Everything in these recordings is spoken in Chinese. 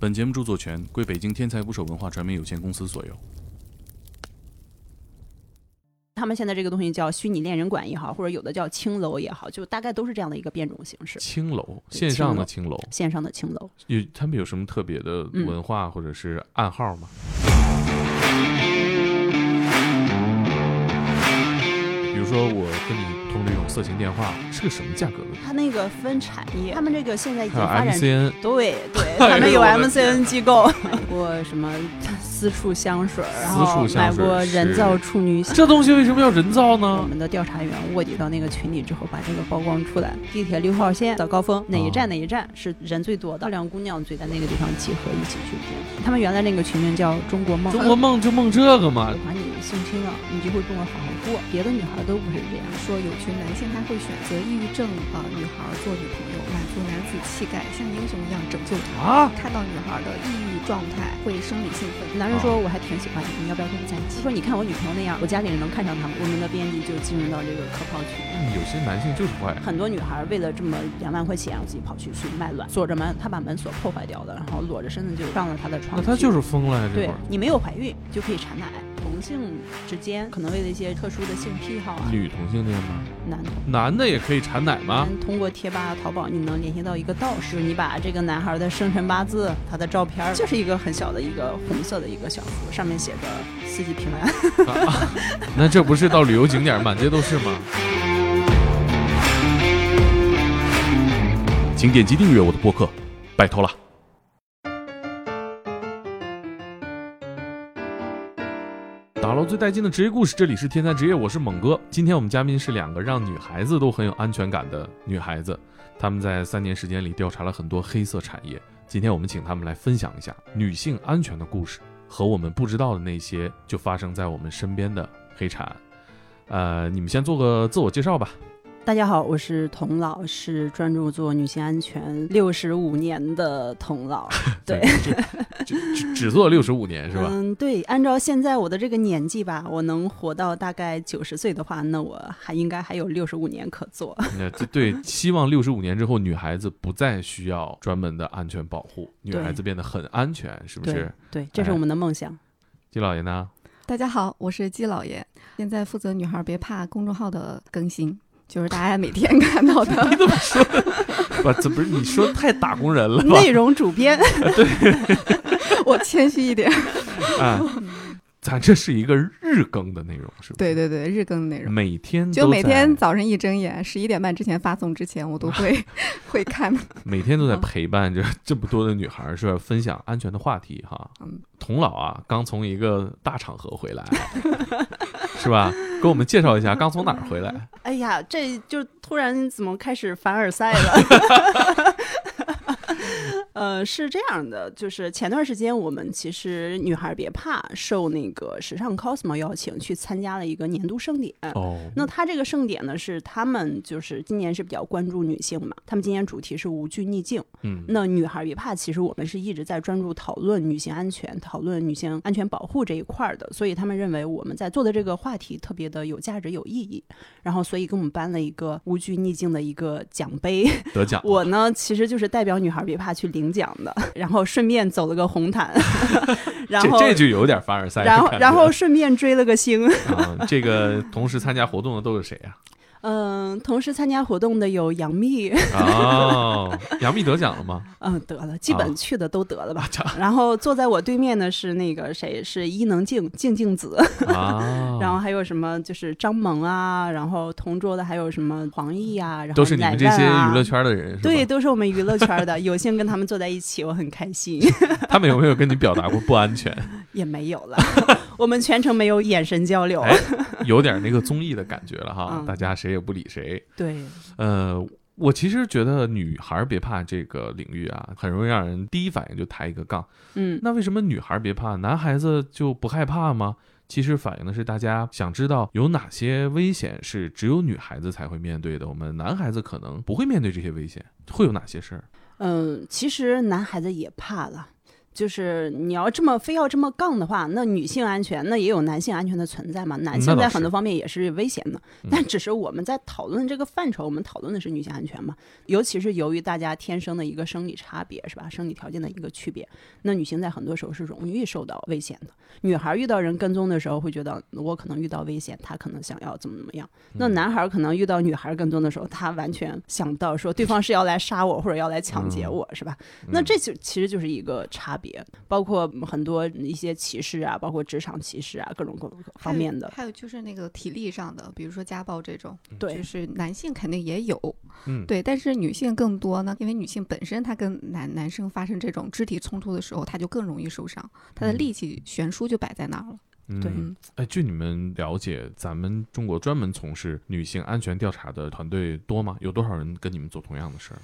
本节目著作权归北京天才捕手文化传媒有限公司所有。他们现在这个东西叫虚拟恋人馆也好，或者有的叫青楼也好，就大概都是这样的一个变种形式。青楼，对线上的青楼，线上的青楼，嗯有他们有什么特别的文化或者是暗号吗？比如说，我跟你通这种色情电话是个什么价格的？它那个分产业，他们这个现在已经发还有展 MCN，对 对，哎呦他们有我的 MCN 机构，买过什么私处香水，然后私处买香水过人造处 女香。这东西为什么要人造我呢？们的调查员卧底到那个群里之后，把这个曝光出来。地铁六号线早高峰啊哪一站哪一站是人最多的？漂亮姑娘最在那个地方集合一起去编。他们原来那个群名叫“中国梦”，中国梦就梦这个嘛喜，欢你性侵了，你就会跟我好好过。别的女孩都不是这样。说有群男性他会选择抑郁症啊、呃女孩做女朋友，满足男子气概，像英雄一样拯救她。啊，看到女孩的抑郁状态会生理兴奋，哦男人说我还挺喜欢你，你要不要跟我在一起？说你看我女朋友那样，我家里人能看上她吗？我们的编辑就进入到这个可跑群。嗯有些男性就是坏。很多女孩为了这么两万块钱，自己跑去去卖卵，锁着门，她把门锁破坏掉的，然后裸着身子就上了她的床那去。他就是疯了呀！这对会儿，你没有怀孕就可以产奶。同性之间可能为了一些特殊的性癖好啊，女同性恋吗？男同。男的也可以产奶吗？嗯通过贴吧、淘宝，你能联系到一个道士，你把这个男孩的生辰八字、他的照片儿，就是一个很小的一个红色的一个小符，上面写着“四季平安啊 那这不是到旅游景点满街都是吗？请点击订阅我的播客，拜托了。打捞最带劲的职业故事，这里是天才职业，我是猛哥。今天我们嘉宾是两个让女孩子都很有安全感的女孩子，她们在三年时间里调查了很多黑色产业。今天我们请她们来分享一下女性安全的故事。和我们不知道的那些就发生在我们身边的黑产。呃，你们先做个自我介绍吧。”。 大家好，我是童老，是专注做女性安全六十五年的童 老。对，只只只做六十五年是吧？嗯，对，按照现在我的这个年纪吧，我能活到大概九十岁的话，那我还应该还有六十五年可做。嗯那这对，希望六十五年之后，女孩子不再需要专门的安全保护，女孩子变得很安全，是不对是？对，这是哎我们的梦 想。季老爷呢？ 大家好，我是季老爷，现在负责“女孩别怕”公众号的更新，就是大家每天看到的不，这不是你说太打工 人了吧？内容主编，我谦虚一点。啊，咱这是一个日更的内容，是吧？ 对对对，日更内容。每天就都每在天早晨一睁眼，十一点半之前发送之前，我都会 会看。每天嗯都在陪伴着 这么多的女孩儿，是吧分享安全的话题哈嗯。童老啊，刚从一个大场合回来， 是吧？给我们介绍一下，刚从哪儿回 来？哎呀，这就突然怎么开始凡尔赛了？ 呃，是这样的，就是前段时间我们其实女孩别怕受那个时尚 cosmo 邀请去参加了一个年度盛典。哦，那它这个盛典呢，是他们就是今年是比较关注女性嘛，他们今年主题是无惧逆境。嗯，那女孩别怕，其实我们是一直在专注讨论女性安全、讨论女性安全保护这一块儿的，所以他们认为我们在做的这个话题特别的有价值、有意义，然后所以给我们颁了一个无惧逆境的一个奖杯。 得奖了。我呢，其实就是代表女孩别怕去领奖的，然后顺便走了个红毯， 然这后这就有点凡尔赛的然后感觉然后顺便追了个星。啊，这个同时参加活动的都是谁啊？嗯，同时参加活动的有杨幂，哦，杨幂得奖了 吗？嗯，得了，基啊本去的都得了吧。啊这 然后坐在我对面的是那个谁，是伊能静静静子。啊， 然后还有什么就是张萌啊，然后同桌的还有什么黄奕啊，然后都是你们这奶些蛋啊娱乐。圈的人，是吧对，，都是我们娱乐圈的， 有幸跟他们坐在一起，我很开心。 他们有没有跟你表达过不安全？也没有了， 我们全程没有眼神交流。哎，有点那个综艺的感觉了哈，嗯大家谁也不理谁。对，呃，我其实觉得女孩儿别怕这个领域啊，很容易让人第一反应就抬一个杠。嗯，那为什么女孩儿别怕，男孩子就不害怕吗？其实反映的是大家想知道有哪些危险是只有女孩子才会面对的，我们男孩子可能不会面对这些危险，会有哪些事儿？嗯，其实男孩子也怕了。就是你要这么非要这么杠的话，那女性安全那也有男性安全的存在嘛，男性嗯那倒在是很多方面也是危险的嗯，但只是我们在讨论这个范畴，我们讨论的是女性安全嘛，尤其是由于大家天生的一个生理差别是吧，生理条件的一个区别，那女性在很多时候是容易受到危险的。女孩遇到人跟踪的时候，会觉得我可能遇到危险，她可能想要怎么怎么样。那男孩可能遇到女孩跟踪的时候，他完全想不到说对方是要来杀我或者要来抢劫我，是吧？那嗯这就其实就是一个差别，包括很多一些歧视啊，包括职场歧视啊，各种各种方面的。还有就是那个体力上的，比如说家暴这种，对就是男性肯定也有，嗯对，但是女性更多呢，因为女性本身她跟男男生发生这种肢体冲突的时候，她就更容易受伤，她的嗯力气悬殊就摆在那儿了。对对嗯，哎，据你们了解，咱们中国专门从事女性安全调查的团队多吗？有多少人跟你们做同样的事儿？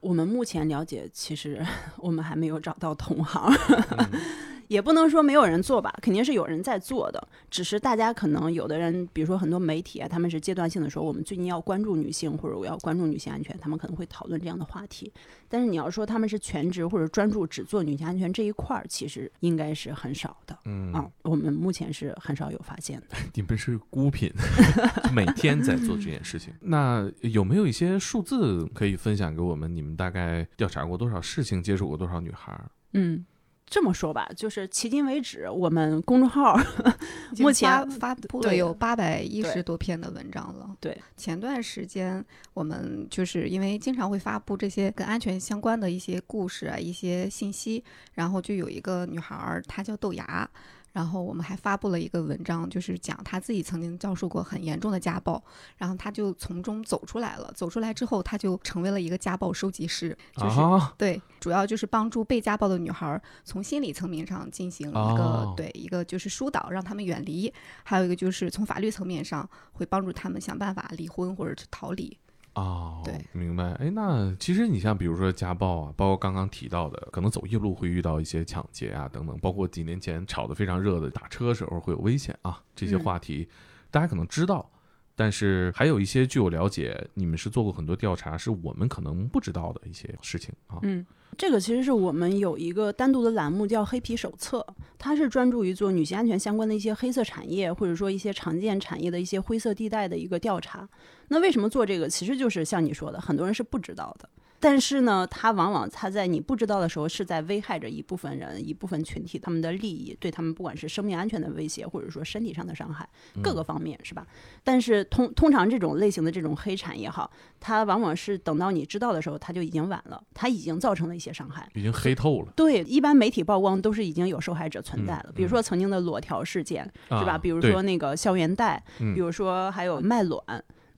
我们目前了解，其实 我们还没有找到同行， 也不能说没有人做吧，肯定是有人在做的，只是大家可能有的人，比如说很多媒体啊，他们是阶段性的说，我们最近要关注女性，或者我要关注女性安全，他们可能会讨论这样的话题。但是你要说他们是全职或者专注只做女性安全这一块儿，其实应该是很少的。嗯，啊，我们目前是很少有发现的。你们是孤 品，每天在做这件事情。那有没有一些数字可以分享给我们？你们大概调查过多少事情，接触过多少女孩儿？嗯，这么说吧，就是迄今为止，我们公众号已经目前发发布了对有八百一十对多篇的文章了。对，前段时间我们就是因为经常会发布这些跟安全相关的一些故事啊、一些信息，然后就有一个女孩儿，她叫豆芽。然后我们还发布了一个文章，就是讲她自己曾经遭受过很严重的家暴，然后她就从中走出来了。走出来之后，她就成为了一个家暴收集师，就是啊，对，主要就是帮助被家暴的女孩儿从心理层面上进行一个、哦对一个就是疏导，让他们远离；还有一个就是从法律层面上会帮助他们想办法离婚或者是逃离。哦，对明白。哎，那其实你像比如说家暴啊，包括刚刚提到的，可能走夜路会遇到一些抢劫啊等等，包括几年前炒得非常热的打车时候会有危险啊，这些嗯话题、大家可能知道。但是还有一些据我了解，你们是做过很多调查，是我们可能不知道的一些事情啊。嗯，这个其实是我们有一个单独的栏目叫《黑皮手册》，它是专注于做女性安全相关的一些黑色产业，或者说一些常见产业的一些灰色地带的一个调查。那为什么做这个？其实就是像你说的，很多人是不知道的。但是呢，它往往它在你不知道的时候，是在危害着一部分人、一部分群体他们的利益，对他们不管是生命安全的威胁，或者说身体上的伤害，嗯各个方面是吧？但是通通常这种类型的这种黑产业哈，它往往是等到你知道的时候，它就已经晚了，它已经造成了一些伤害。已经黑透了，对，一般媒体曝光都是已经有受害者存在了，嗯比如说曾经的裸条事件，啊是吧？比如对说那个校园贷，嗯比如说还有卖卵。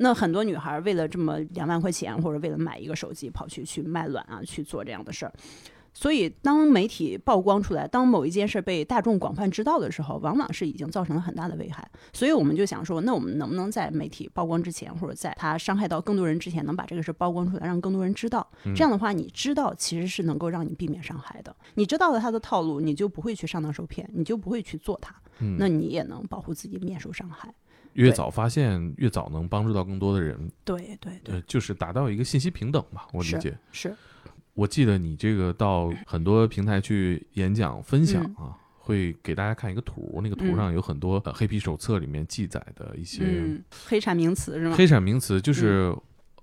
那很多女孩为了这么两万块钱，或者为了买一个手机，跑去去卖卵啊，去做这样的事儿。所以，当媒体曝光出来，当某一件事被大众广泛知道的时候，往往是已经造成了很大的危害。所以，我们就想说，那我们能不能在媒体曝光之前，或者在它伤害到更多人之前，能把这个事曝光出来，让更多人知道？嗯这样的话，你知道其实是能够让你避免伤害的。你知道了他的套路，你就不会去上当受骗，你就不会去做它。嗯那你也能保护自己免受伤害。越对早发现，越早能帮助到更多的人，对对对，呃，就是达到一个信息平等吧，我理是解。是我记得你这个到很多平台去演讲分享嗯啊，会给大家看一个图，那个图上有很多、呃黑皮手册里面记载的一些嗯，黑产名词是吗？黑闪名词，就是、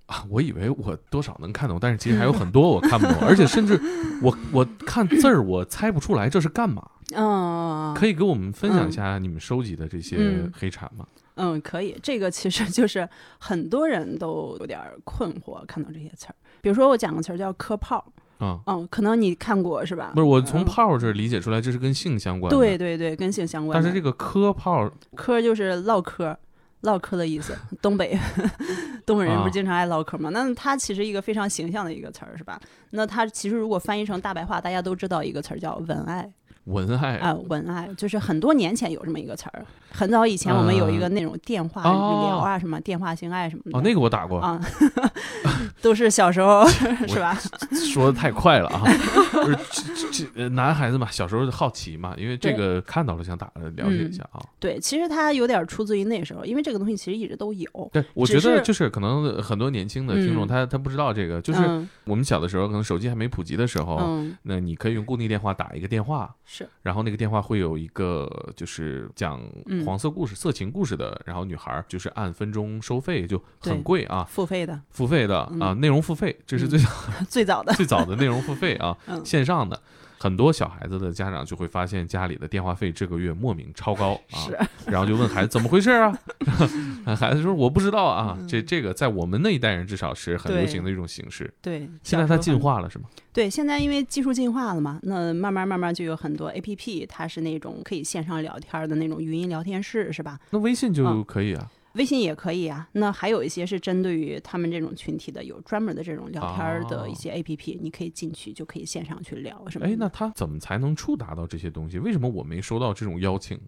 啊，我以为我多少能看懂，但是其实还有很 多我看不懂，而且甚至我我看字儿我猜不出来这是干嘛。嗯，可以给我们分享一下你们收集的这些嗯黑产吗？嗯，可以，这个其实就是很多人都有点儿困惑，看到这些词儿。比如说，我讲个词儿叫“磕炮啊”，、嗯，可能你看过是吧？不是，我从嗯炮这儿理解出来，这是跟性相关的。对，对对，跟性相关但的。是这个磕炮嗑就是唠嗑，唠嗑的意思。东北 东北人不啊是经常爱唠嗑吗？那它其实一个非常形象的一个词儿，是吧？那它其实如果翻译成大白话，大家都知道一个词儿叫“文爱”。文爱啊、文爱就是很多年前有这么一个词儿，很早以前我们有一个那种电话哦语聊啊，什么电话性爱什么的，哦，那个我打过，啊，都是小时候 是吧？说的太快 了啊！不是这这这男孩子嘛，小时候好奇嘛，因为这个看到了想打了了解一下啊。对，其实它有点出自于那时候，因为这个东西其实一直都有。对，我只觉得是就是可能很多年轻的听众嗯他他不知道这个，就是哦嗯我们小的时候可能手机还没普及的时候，嗯那你可以用固定电话打一个电话，是然后那个电话会有一个就是讲嗯黄色故事、色情故事的，然后女孩儿就是按分钟收费，就很对贵啊，付费的，付费的啊，嗯内容付费，这是最 早最早的最早的内容付费啊， 嗯线上的。很多小孩子的家长就会发现家里的电话费这个月莫名超高啊， 是然后就问孩子怎么回事啊？ 孩子说我不知道啊。嗯这这个在我们那一代人至少是很流行的一种形式。对。现在小时它候进很化了是吗？对，现在因为技术进化了嘛，那慢慢慢慢就有很多 A P P，它是那种可以线上聊天的那种语音聊天室，是吧？那微信就嗯可以啊。微信也可以啊。那还有一些是针对于他们这种群体的，有专门的这种聊天的一些 A P P，、你可以进去就可以线上去聊什么的。哎，那它怎么才能触达到这些东西？为什么我没收到这种邀请？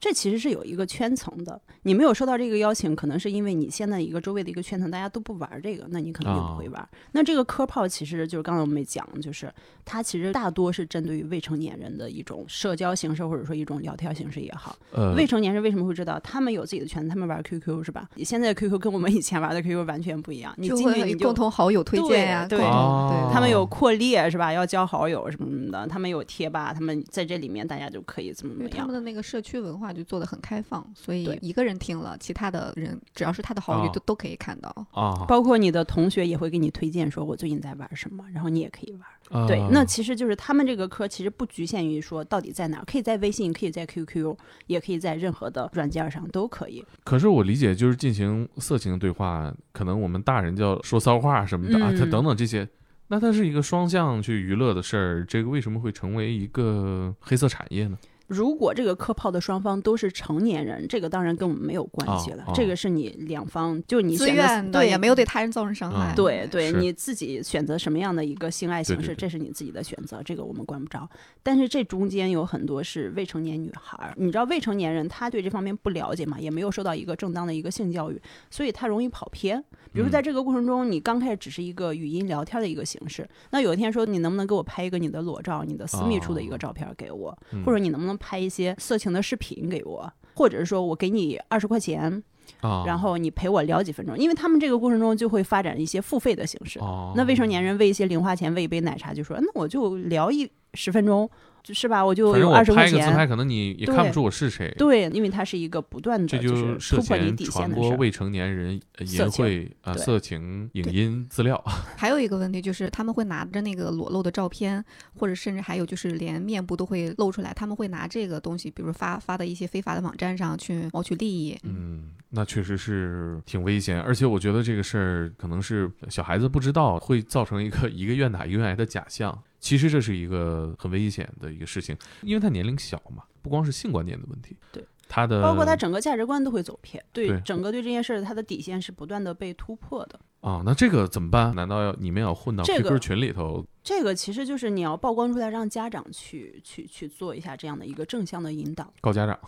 这其实是有一个圈层的，你没有收到这个邀请，可能是因为你现在一个周围的一个圈层大家都不玩这个，那你可能就不会玩。那这个科炮其实就是刚才我们也讲，就是它其实大多是针对于未成年人的一种社交形式，或者说一种聊天形式也好。呃，未成年人为什么会知道？他们有自己的圈子，他们玩 QQ 是吧？现在的 QQ 跟我们以前玩的 QQ 完全不一样，你就进去会你有就共同好友推对荐呀、对共同哦对他们有扩列是吧？要交好友什么的，他们有贴吧，他们在这里面大家就可以怎么因怎为么他样们。的那个社区文化就做的很开放，所对以一个人听了，其他的人只要是他的好友哦都、都可以看到。啊，包括你的同学也会给你推荐说，我最近在玩什么，然后你也可以玩。呃对，那其实就是他们这个科其实不局限于说到底在哪儿，可以在微信，可以在 QQ，也可以在任何的软件上都可以。可是我理解，就是进行色情对话，可能我们大人叫说骚话什么的、啊，嗯它等等这些，那它是一个双向去娱乐的事儿，这个为什么会成为一个黑色产业呢？如果这个磕炮的双方都是成年人，这个当然跟我们没有关系了，哦哦这个是你两方就是你自选择愿的，对也没有对他人造成伤害。嗯对对，是你自己选择什么样的一个性爱形对式，对对这是你自己的选择，这个我们管不着。但是这中间有很多是未成年女孩儿，你知道未成年人他对这方面不了解嘛，也没有受到一个正当的一个性教育，所以他容易跑偏。比如说嗯在这个过程中，你刚开始只是一个语音聊天的一个形式，那有一天说你能不能给我拍一个你的裸照，你的私密处的一个哦照片给我，嗯或者你能不能拍一些色情的视频给我，或者说我给你二十块钱，啊，然后你陪我聊几分钟，因为他们这个过程中就会发展一些付费的形式。哦，那未成年人为一些零花钱喂一杯奶茶，就说那我就聊一十分钟，就是吧？我就反正有我二十块拍个自拍，钱。可能你也对看不出我是谁，对，因为它是一个不断这的，就是涉突破你嫌底线传的事播儿。未成年人呃淫色情秽啊对色情影对音资料，还有一个问题就是，他们会拿着那个裸露的照片，或者甚至还有就是连面部都会露出来，他们会拿这个东西，比如发发到一些非法的网站上去谋取利益。嗯，那确实是挺危险，而且我觉得这个事儿可能是小孩子不知道，会造成一个一个愿打一个愿挨的假象。其实这是一个很危险的一个事情，因为他年龄小嘛，不光是性观念的问题，对他的包括他整个价值观都会走偏，对对整个对这件事儿，他的底线是不断的被突破的。啊、那这个怎么办？难道要你们要混到这个 QQ 群里头？这个其实就是你要曝光出来，让家长去去去做一下这样的一个正向的引导。告家长，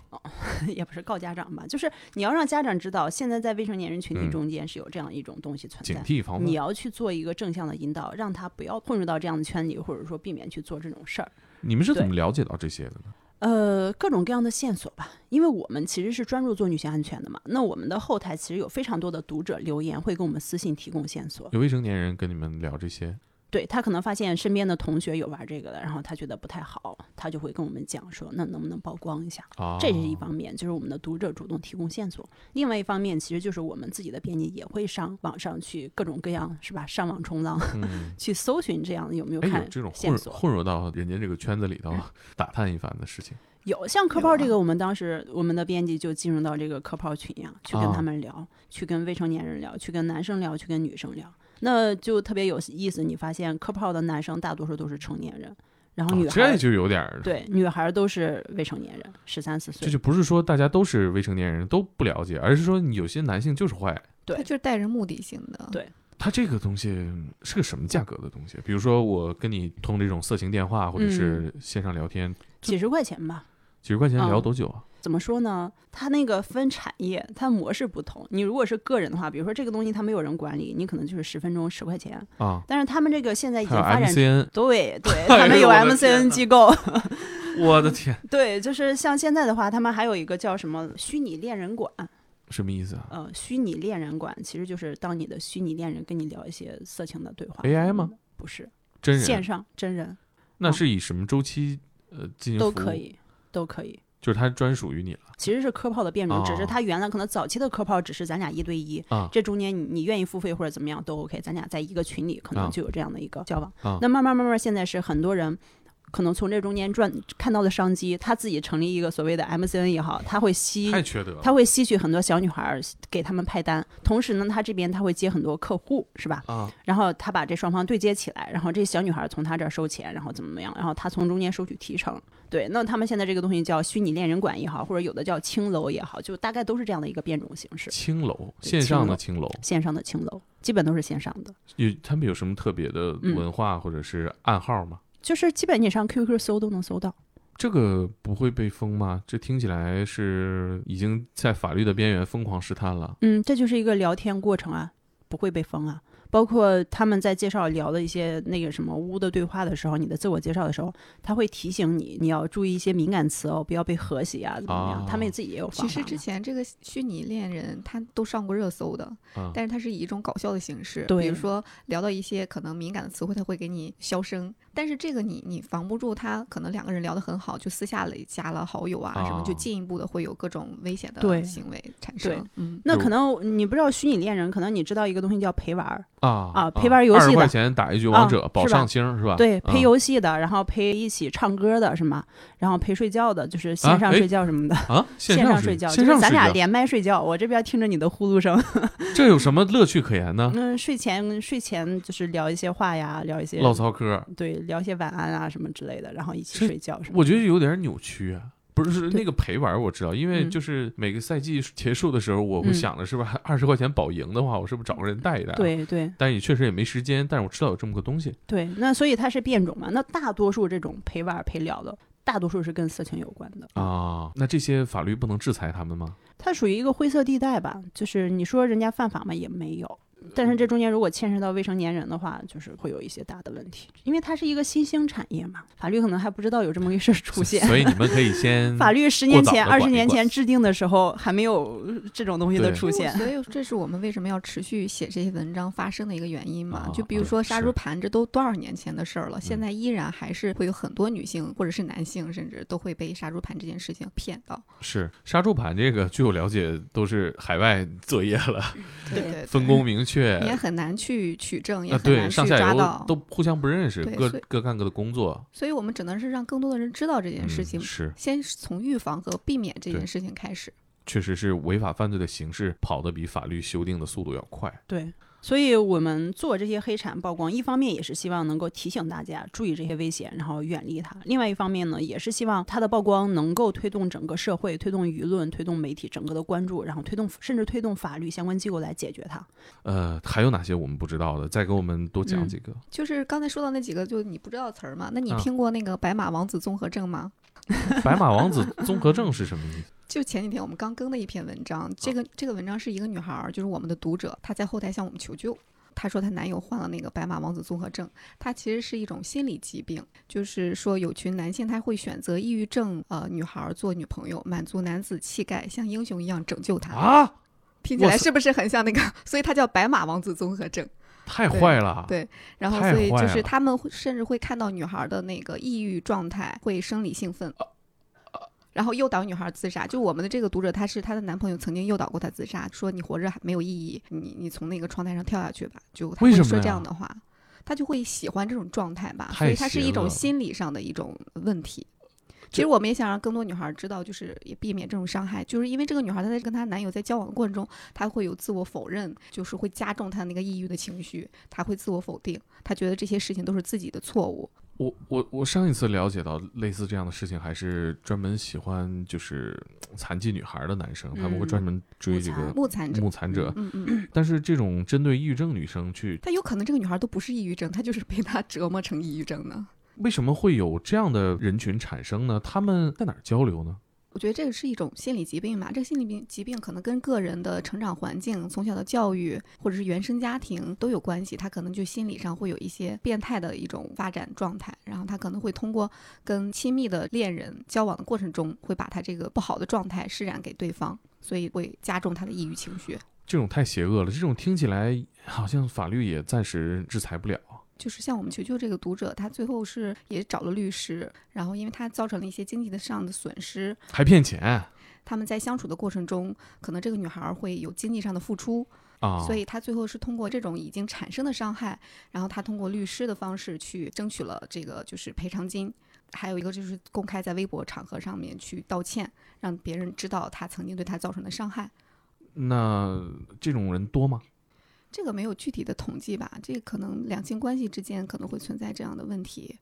也不是告家长吧，就是你要让家长知道，现在在未成年人群体嗯中间是有这样一种东西存警在，惕防范你。要去做一个正向的引导，让他不要混入到这样的圈里，或者说避免去做这种事儿。你们是怎么了解到这些的呢？呃，各种各样的线索吧，因为我们其实是专注做女性安全的嘛。那我们的后台其实有非常多的读者留言，会给我们私信提供线索。有未成年人跟你们聊这些，对他可能发现身边的同学有玩这个的，然后他觉得不太好，他就会跟我们讲说，那能不能曝光一下？啊，这是一方面，就是我们的读者主动提供线索；另外一方面，其实就是我们自己的编辑也会上网上去各种各样，是吧？上网冲浪、嗯， 去搜寻这样有没有哎，看有这种混线入索。嗯混入到人家这个圈子里头打探一番的事情，有像科有炮啊这个，我们当时我们的编辑就进入到这个科炮群呀、去跟啊他们聊，去跟未成年人聊，去跟男生聊，去跟女生聊，那就特别有意思。你发现科炮的男生大多数都是成年人，然后啊女孩、这就有点儿对女孩都是未成年人，十三四这岁。就不是说大家都是未成年人都不了解，而是说你有些男性就是坏。对他就是带着目的性的。对他这个东西嗯是个什么价格的东西？比如说我跟你通这种色情电话，或者是线上聊天，几十块钱吧。几十块钱聊嗯多久啊？怎么说呢？它那个分产业，它模式不同。你如果是个人的话，比如说这个东西它没有人管理，你可能就是十分钟十块钱。啊，但是他们这个现哦在已还经有发展成， MCN，对 对，哎呦他们有我的天 MCN 哪机构， 我的天，对，就是像现在的话，他们还有一个叫什么虚拟恋人馆，什么意思啊呃，虚拟恋人馆其实就是当你的虚拟恋人跟你聊一些色情的对话 AI 什么吗的？不是，真线人？上真人那是以什么周期呃进行都服务可，以，都可以。就是它专属于你了其实是科炮的变种，只哦是它原来可能早期的科炮只是咱俩一对一，啊这中间你你愿意付费或者怎么样都 OK，咱俩在一个群里可啊能就有这样的一个交往。啊那慢慢慢慢，现在是很多人。可能从这中间赚看到的商机，他自己成立一个所谓的 MCN 也好，他会吸太缺德了他会吸取很多小女孩儿给他们派单，同时呢，他这边他会接很多客户，是吧？啊！然后他把这双方对接起来，然后这小女孩儿从他这儿收钱，然后怎么怎么样，然后他从中间收取提成。对，那他们现在这个东西叫虚拟恋人馆也好，或者有的叫青楼也好，就大概都是这样的一个变种形式。青楼，对线上青的楼青楼，线上的青楼基本都是线上的，有他们有什么特别的嗯文化或者是暗号吗？就是基本你上 QQ 搜都能搜到。这个不会被封吗？这听起来是已经在法律的边缘疯狂试探了。嗯，这就是一个聊天过程啊，不会被封啊。包括他们在介绍聊的一些那个什么屋的对话的时候，你的自我介绍的时候，他会提醒你，你要注意一些敏感词哦，不要被和谐啊，怎么样？他们哦也自己也有方其法。实之前这个虚拟恋人他都上过热搜的，啊但是它是以一种搞笑的形式，比对如说聊到一些可能敏感的词汇，他会给你消声。但是这个你你防不住他，可能两个人聊得很好，就私下里加了好友啊什么，就哦进一步的会有各种危险的对行为产生对。嗯，那有可能你不知道虚拟恋人，可能你知道一个东西叫陪玩儿，啊啊陪玩游戏二的十块钱打一局王者，啊保是吧上星是吧？对，啊陪游戏的，然后陪一起唱歌的，是吗？然后陪睡觉的，就是啊线上哎睡觉什么的，啊，线上睡睡觉，线就上是咱睡俩觉啊连麦睡觉，我这边听着你的呼噜声，这有什么乐趣可言呢？嗯，睡前睡前就是聊一些话呀，聊一些唠骚嗑，对，聊一些晚安啊什么之类的，然后一是起睡觉什么的。我觉得有点扭曲啊。不是是对那个陪玩，我知道，因为嗯就是每个赛季结束的时候，我会嗯想着是不是二十块钱保赢的话，我是不是找个人带一带？，啊对对但是你确实也没时间，但是我知道有这么个东西。对，那所以它是变种嘛？那大多数这种陪玩儿陪聊的，大多数是跟色情有关的。啊，那这些法律不能制裁他们吗？它属于一个灰色地带吧？就是你说人家犯法嘛，也没有。嗯但是这中间如果牵涉到未成年人的话，就是会有一些大的问题，因为它是一个新兴产业嘛，法律可能还不知道有这么一个事儿出现。所以你们可以先法律十年过早地前、管二一十年管前制定的时候，还没有这种东西的对出现。所以这是我们为什么要持续写这些文章发生的一个原因嘛。啊就比如啊说杀是嗯猪盘，这都多少年前的事儿了，现在依然还是会有很多女性或者是男性，甚至都会被杀猪盘这件事情骗到。是杀猪盘这个，据我了解都是海外作业了，对对 对，分工明确，也很难去取证，也啊，很对，难去上下抓游到。都互相不认识，对各所以各干各的工作。所以我们只能是让更多的人知道这件事嗯、情，是，先从预防和避免这对件事情开始。确实是违法犯罪的形式跑得比法律修订的速度要快。对，所以我们做这些黑产曝光，一方面也是希望能够提醒大家注意这些危险，然后远离它；另外一方面呢，也是希望它的曝光能够推动整个社会、推动舆论、推动媒体整个的关注，然后推动甚至推动法律相关机构来解决它。呃，还有哪些我们不知道的？再给我们多讲嗯几个。 就是刚才说到那几个，就你不知道词儿嘛？那你嗯听过那个白马王子综合症吗？白马王子综合症是什么意 思？就前几天我们刚更的一篇文章，这个这个文章是一个女孩儿，就是我们的读者，她在后台向我们求救。她说她男友患了那个白马王子综合症，它其实是一种心理疾病，就是说有群男性他会选择抑郁症呃女孩儿做女朋友，满足男子气概，像英雄一样拯救她。啊，听起哇来塞是不是很像那个？所以它叫白马王子综合症。太对坏了！对然后太所以坏就是了他们会甚至会看到女孩的那个抑郁状态，会生理兴奋，哦然后诱导女孩自杀。就我们的这个读者，她是她的男朋友曾经诱导过她自杀，说你活着还没有意义，你你从那个窗台上跳下去吧，就他为会什么说呀这样的话。她就会喜欢这种状态吧，太所以它是一邪恶了种心理上的一种问题。这其实我们也想让更多女孩知道，就是也避免这种伤害，就是因为这个女孩她在跟她男友在交往的过程中，她会有自我否认，就是会加重她那个抑郁的情绪，她会自我否定，她觉得这些事情都是自己的错误。我我我上一次了解到类似这样的事情，还是专门喜欢就是残疾女孩的男生，他们会嗯专门追木这残个木残者，木残者。嗯嗯嗯，但是这种针对抑郁症女生去但有可能这个女孩都不是抑郁症，她就是被他折磨成抑郁症呢。为什么会有这样的人群产生呢？他们在哪儿交流呢？我觉得这个是一种心理疾病吧，这个心理病疾病可能跟个人的成长环境、从小的教育或者是原生家庭都有关系。他可能就心理上会有一些变态的一种发展状态，然后他可能会通过跟亲密的恋人交往的过程中，会把他这个不好的状态施展给对方，所以会加重他的抑郁情绪。这种太邪恶了，这种听起来好像法律也暂时制裁不了。就是像我们球球这个读者，他最后是也找了律师，然后因为他造成了一些经济的上的损失，还骗钱啊他们在相处的过程中，可能这个女孩儿会有经济上的付出，啊！所以她最后是通过这种已经产生的伤害，然后她通过律师的方式去争取了这个就是赔偿金，还有一个就是公开在微博场合上面去道歉，让别人知道她曾经对她造成的伤害。那这种人多吗？嗯这个没有具体的统计吧，这可能两性关系之间可能会存在这样的问题，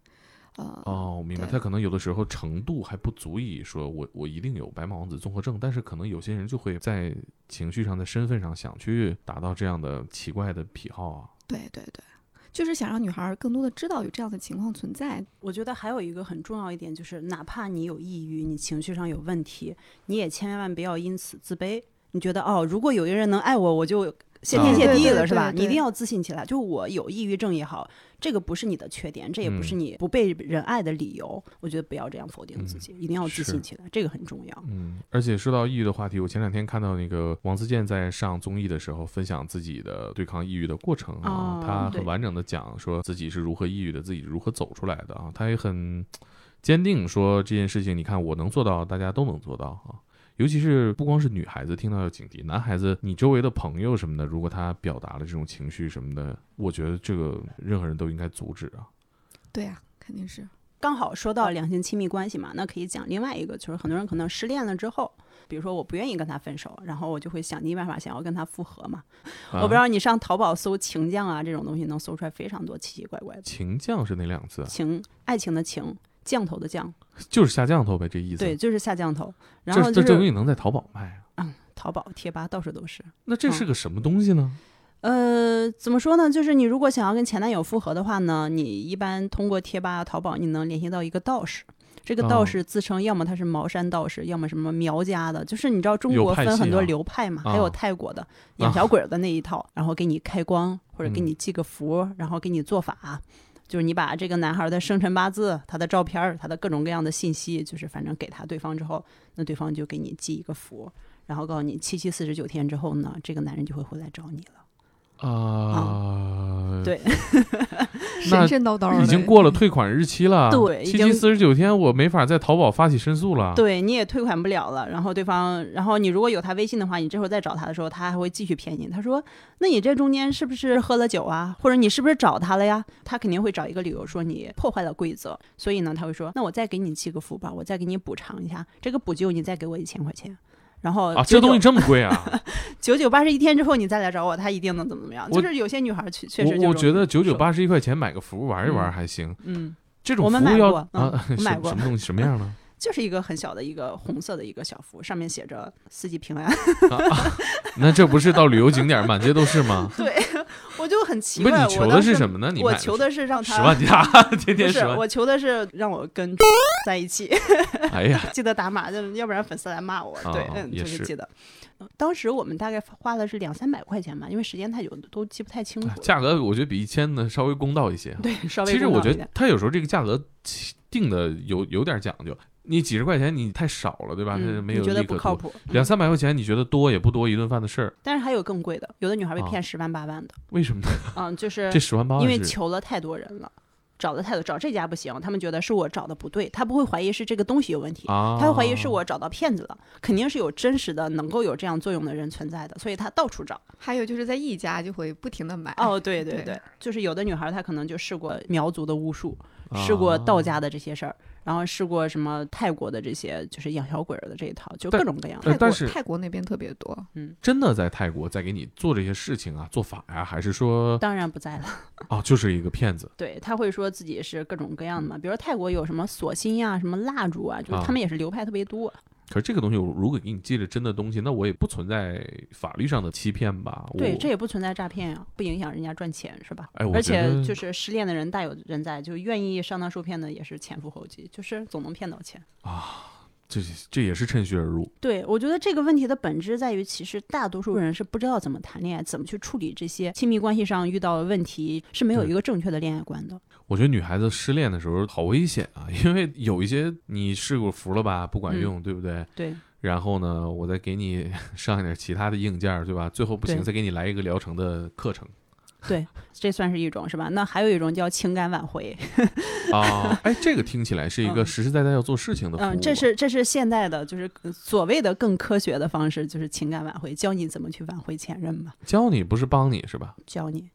呃，哦，我明白，对他可能有的时候程度还不足以说我我一定有白马王子综合症，但是可能有些人就会在情绪上、在身份上想去达到这样的奇怪的癖好啊。对对对，就是想让女孩儿更多的知道有这样的情况存在，我觉得还有一个很重要一点就是，哪怕你有抑郁，你情绪上有问题，你也千万不要因此自卑。你觉得哦，如果有一个人能爱我，我就谢天谢地了，啊是吧？对对对对你一定要自信起来。就我有抑郁症也好，这个不是你的缺点，这也嗯不是你不被人爱的理由。我觉得不要这样否定自己，一定要嗯自是信起来，这个很重要。嗯，而且说到抑郁的话题，我前两天看到那个王自健在上综艺的时候分享自己的对抗抑郁的过程啊，哦他很对完整的讲说自己是如何抑郁的，自己如何走出来的啊，他也很坚定说这件事情，你看我能做到，大家都能做到啊。尤其是不光是女孩子听到要警惕，男孩子你周围的朋友什么的，如果他表达了这种情绪什么的，我觉得这个任何人都应该阻止啊。对呀、肯定是。刚好说到两性亲密关系嘛，那可以讲另外一个，就是很多人可能失恋了之后，比如说我不愿意跟他分手，然后我就会想尽办法想要跟他复合嘛。我不知啊道你上淘宝搜情酱啊这种东西，能搜出来非常多奇奇怪怪的情降是哪两个字啊？情，爱情的情，降头的降，就是下降头呗，这意思。对，，就是下降头。然这后就这这东是西能在淘宝卖啊？淘宝、贴吧到处都是。那这是个什么东西呢？呃，怎么说呢？就是你如果想要跟前男友复合的话呢，你一般通过贴吧、淘宝，你能联系到一个道士。这个哦道士自称，要么他是茅山道士，要么什么苗家的，就是你知道中有国派分系很多啊流派嘛，还啊有泰国的养小鬼儿的那一套，然后给你开光或者给嗯你寄个符，然后给你做法，就是你把这个男孩的生辰八字、他的照片儿、他的各种各样的信息，就是反正给他对方之后，那对方就给你寄一个符，然后告诉你七七四十九天之后呢，这个男人就会回来找你了。啊，对，那 神神叨叨的，已经过了退款日期了，对已七七经四十九天，我没法在淘宝发起申诉了。，对，你也退款不了了。然后对方，然后你如果有他微信的话，你这会儿再找他的时候，他还会继续骗你。他说：“那你这中间是不是喝了酒啊？或者你是不是找他了呀？”他肯定会找一个理由说你破坏了规则。所以呢，他会说：“那我再给你寄个福吧，我再给你补偿一下，这个补救你再给我一千块钱。”然后啊，这东西这么贵啊！九九八十一天之后你再来找我，他一定能怎么怎么样。我就是有些女孩儿 确确实我就我容觉易得九九受，八十一块钱买个服玩一玩嗯还行，嗯，这种我服们务买要过 啊嗯我买什过什么东西什么样呢？就是一个很小的一个红色的一个小福，上面写着“四季平嗯安”。 那这不是到旅游景点满街都是吗？对，我就很 奇不怪。是你我求的当是时什么呢？你我买的求是的是让他十 万加， 天不天是十，万。我求的是让我跟在一 起，哎呀，记得打码，就要不然粉丝来骂我。对，啊嗯，也就是记得。嗯当时我们大概花了是两三百块钱吧，因为时间太久都记不太清楚了。啊价格我觉得比一千呢稍微公道一些啊。对，稍微其实公我道觉一得点他有时候这个价格起定的有有点讲究，你几十块钱你太少了，对吧？它嗯，没有你觉得利不可靠图。谱。两嗯三百块钱你觉得多也不多，一顿饭的事儿，但是还有更贵的，有的女孩被啊骗十万八 万的，为什么呢？嗯，就是这十万八万因为是求了太多人了，找了太多，找这家不行，他们觉得是我找的不对，他不会怀疑是这个东西有问题，啊，他会怀疑是我找到骗子了，肯定是有真实的能够有这样作用的人存在的，所以他到处找。还有就是在一家就会不停的买，呃哦，对对对对，就是有的女孩她可能就试过苗族的巫术，啊试过道。家的这些事儿，然后试过什么泰国的这些，就是养小鬼儿的这一套，就但各种各样呃的。泰但国是泰国那边特别多，真的在泰国在给你做这些事情啊，做法呀、还是说当然不在了，啊，就是一个骗子 对他会说自己是各种各样的嘛，比如说泰国有什么锁心呀、什么蜡烛啊，就是啊他们也是流派特别多，可是这个东西，我如果给你寄了真的东西，那我也不存在法律上的欺骗吧？我对，这也不存在诈骗呀、不影响人家赚钱是吧？哎我而觉且得就是失恋的人大有人在，就愿意上当受骗的也是前赴后继，就是总能骗到钱。这这也是趁虚而入。对，我觉得这个问题的本质在于，其实大多数人是不知道怎么谈恋爱，怎么去处理这些亲密关系上遇到的问题，是没有对一个正确的恋爱观的。我觉得女孩子失恋的时候好危险啊， 因为有一些你试过服了吧，不嗯管用，对不对？对，然后呢，我再给你 上一点其他的硬件儿，对吧？最后不行，对再给你来一个疗程的课 程这算是一种是吧？那还有一种叫情感挽回，啊！哎，这个听起来是一个嗯实实在在要做事情的服务吧。嗯，这是这是现代的，就是呃所谓的更科学的方式，就是情感挽回，教你怎么去挽回前任嘛，教你不是帮你是吧？教你。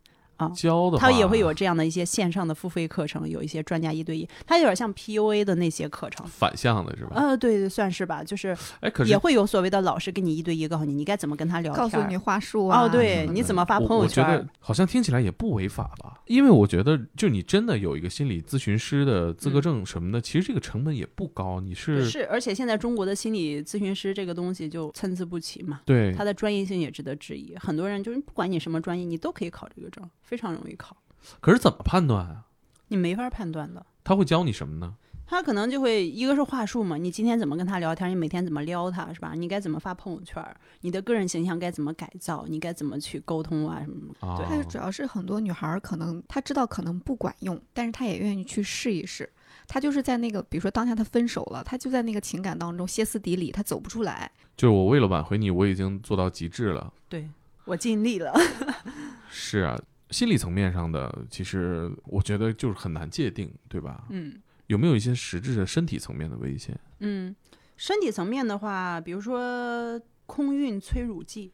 教的话他也会有这样的一些线上的付费课程，有一些专家一对一，它有点像 PUA 的那些课程。反向的是吧？呃，对，对算是吧，就是哎，可是也会有所谓的老师跟你一对一，告诉你你该怎么跟他聊天儿。告诉你话术啊。哦，对，什么你的怎么发朋嗯我友我觉圈儿？得好像听起来也不违法吧，因为我觉得就你真的有一个心理咨询师的资格证什么的，其实这个成本也不高，你不是嗯是，而且现在中国的心理咨询师这个东西就参差不齐嘛，对他的专业性也值得质疑。很多人就是不管你什么专业，你都可以考这个证，非常容易考，可是怎么判断啊？你没法判断的。他会教你什么呢？他可能就会一个是话术嘛，你今天怎么跟他聊天，你每天怎么撩他，是吧？你该怎么发朋友圈儿，你的个人形象该怎么改造，你该怎么去沟通啊什么的。啊，但是主要是很多女孩儿可能她知道可能不管用，但是她也愿意去试一试。她就是在那个，比如说当下她分手了，她就在那个情感当中歇斯底里，她走不出来。就是我为了挽回你，我已经做到极致了。对我尽力了， 是啊，心理层面上的，其实我觉得就是很难界定，对吧？嗯有没有一些实质的身体层面的危险？嗯。身体层面的话，比如说空运催乳剂，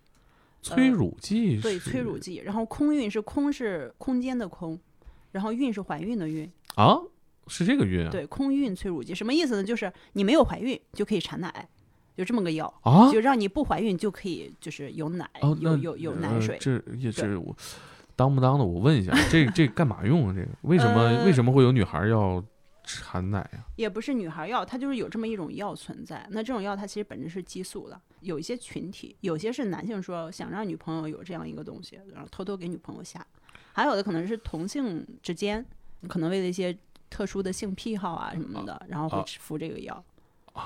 催乳剂是、对催乳剂，然后空运是空是空间的空，然后孕是怀孕的孕，啊，是这个孕啊？对，空孕催乳剂什么意思呢？就是你没有怀孕就可以产奶，就这么个药，啊就让你不怀孕就可以就是有奶，哦，那有有有奶呃水。这也是我当不当的，我问一下， 这这干嘛用啊？这个为什么、为呃什么会有女孩要产奶啊呀、也不是女孩药，它就是有这么一种药存在。那这种药它其实本质是激素的，有一些群体，有些是男性说想让女朋友有这样一个东西，然后偷偷给女朋友下；还有的可能是同性之间，可能为了一些特殊的性癖好啊什么的，然后会啊吃服这个药。啊？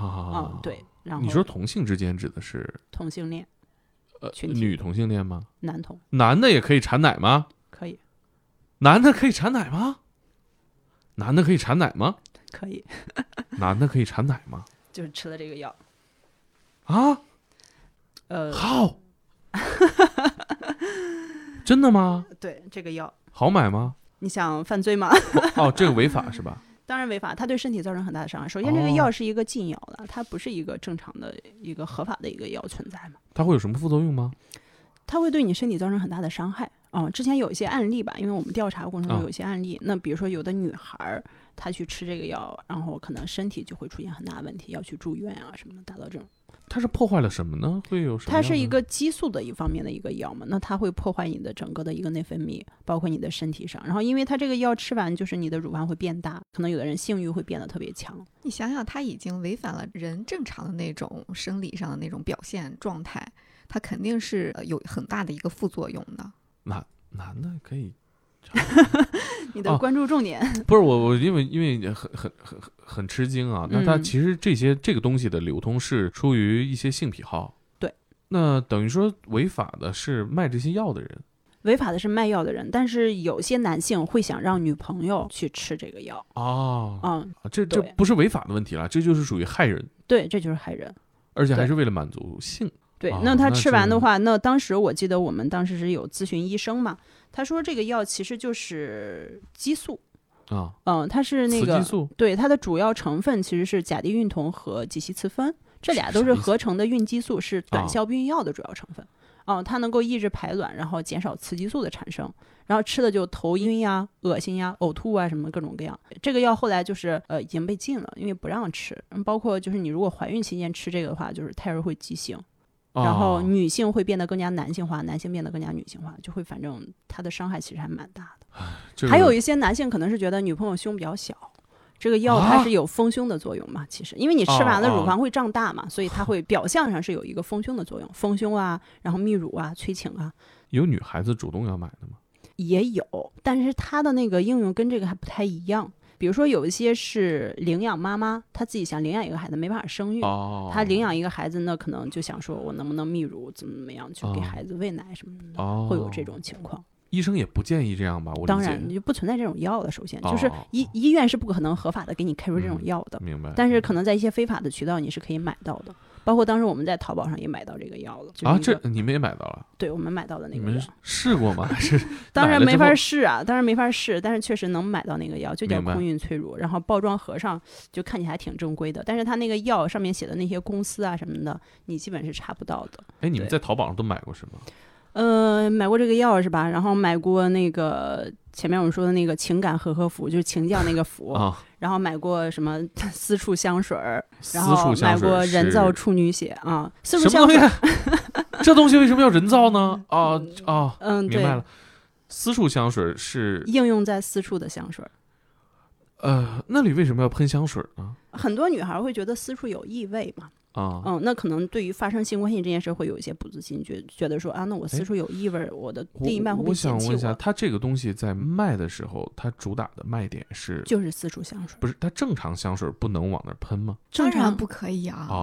嗯，对。然后你说同性之间指的是同性恋呃群体女同性恋吗？男同男的也可以产奶吗？可以男的可以产奶吗？男的可以产奶吗？可以， 男的可以产奶吗？就是吃了这个药。啊，呃，好， 真的吗？对这个药，好买吗？你想犯罪吗？哦，这个违法是吧？当然违法，它对身体造成很大的伤害。首先，这个哦药是一个禁药的，它不是一个正常的一个合法的一个药存在嘛，它会有什么副作用吗？它会对你身体造成很大的伤害。嗯，之前有一些案例吧，因为我们调查过程中啊有一些案例，那比如说有的女孩儿她去吃这个药，然后可能身体就会出现很大的问题，要去住院啊什么的，达到这种。它是破坏了什么呢？会有什么样它的？是一个激素的一方面的一个药嘛，那它会破坏你的整个的一个内分泌，包括你的身体上。然后因为它这个药吃完，就是你的乳房会变大，可能有的人性欲会变得特别强。你想想，她已经违反了人正常的那种生理上的那种表现状态，她肯定是呃有很大的一个副作用的。男的可以你哦的关注重点。不是我，我因为因为很很很很很吃惊啊。那它嗯其实这些这个东西的流通是出于一些性癖好，对。那等于说违法的是卖这些药的人，违法的是卖药的人，但是有些男性会想让女朋友去吃这个药。哦，嗯，啊这这对不是违法的问题了，这就是属于害人，对，这就是害人。而且还对是为了满足性。对，哦那他那吃这完的个话，那当时我记得我们当时是有咨询医生嘛，他说这个药其实就是激素，啊，嗯，它是那雌个激素对它的主要成分其实是甲地孕酮和己西雌酚，这俩都啥是意思合成的孕激素，是啊短效避孕药的主要成分。嗯，它能够抑制排卵，然后减少雌激素的产生，然后吃的就头晕呀、恶心呀、呕吐啊什么各种各样。这个药后来就是呃已经被禁了，因为不让吃。嗯包括就是你如果怀孕期间吃这个的话，就是胎儿会畸形，啊然后女性会变得更加男性化，男性变得更加女性化，就会反正它的伤害其实还蛮大的。这个还有一些男性可能是觉得女朋友胸比较小，这个药它啊哦是有丰胸的作用嘛？其实，因为你吃完了乳房会胀大嘛，所以它会表象上是有一个丰胸的作用，丰胸啊，然后泌乳啊、催情啊有女孩子主动要买的吗？也有，但是它的那个应用跟这个还不太一样。比如说有一些是领养妈妈，她自己想领养一个孩子没办法生育，哦，她领养一个孩子呢，可能就想说我能不能泌乳，怎么怎么样，去给哦孩子喂奶什么的，哦，会有这种情况。医生也不建议这样吧？我理当解然，你就不存在这种药了。首先，哦就是医医院是不可能合法的给你开出这种嗯药的，明白。但是可能在一些非法的渠道你是可以买到的。包括当时我们在淘宝上也买到这个药了，就是啊，一这个你们也买到了？对我们买到的那你个们药是，试过吗？还 是当然买了没之法后试啊，当然没法试，但是确实能买到那个药，就叫明白空运催乳，然后包装盒上就看起来还挺正规的，但是它那个药上面写的那些公司啊什么的，你基本是查不到的。哎，你们在对淘宝上都买过是吗？呃，买过这个药是吧？然后买过那个前面我们说的那个情感和合服，就是情酱那 个服，啊，然后买过什么 私处香水儿，私然后处香买水过人是造处女血啊，私处什么香东水西儿，？ 这东西为什么要人造 呢？啊啊，嗯，明对白，了。私处香水是应用在私处的香水儿。呃，那里为什么要喷香水呢？很多女孩会觉得私处有异味嘛，啊，嗯，那可能对于发生性关系这件事会有一些不自信，觉觉得说啊，那我哎私处有异味儿，我的我另一半会不我会想嫌弃问一下，我？它这个东西在卖的时候，它主打的卖点是，就是私处香水儿，不是它正常香水不能往那儿喷吗？正当常然不可以啊。哦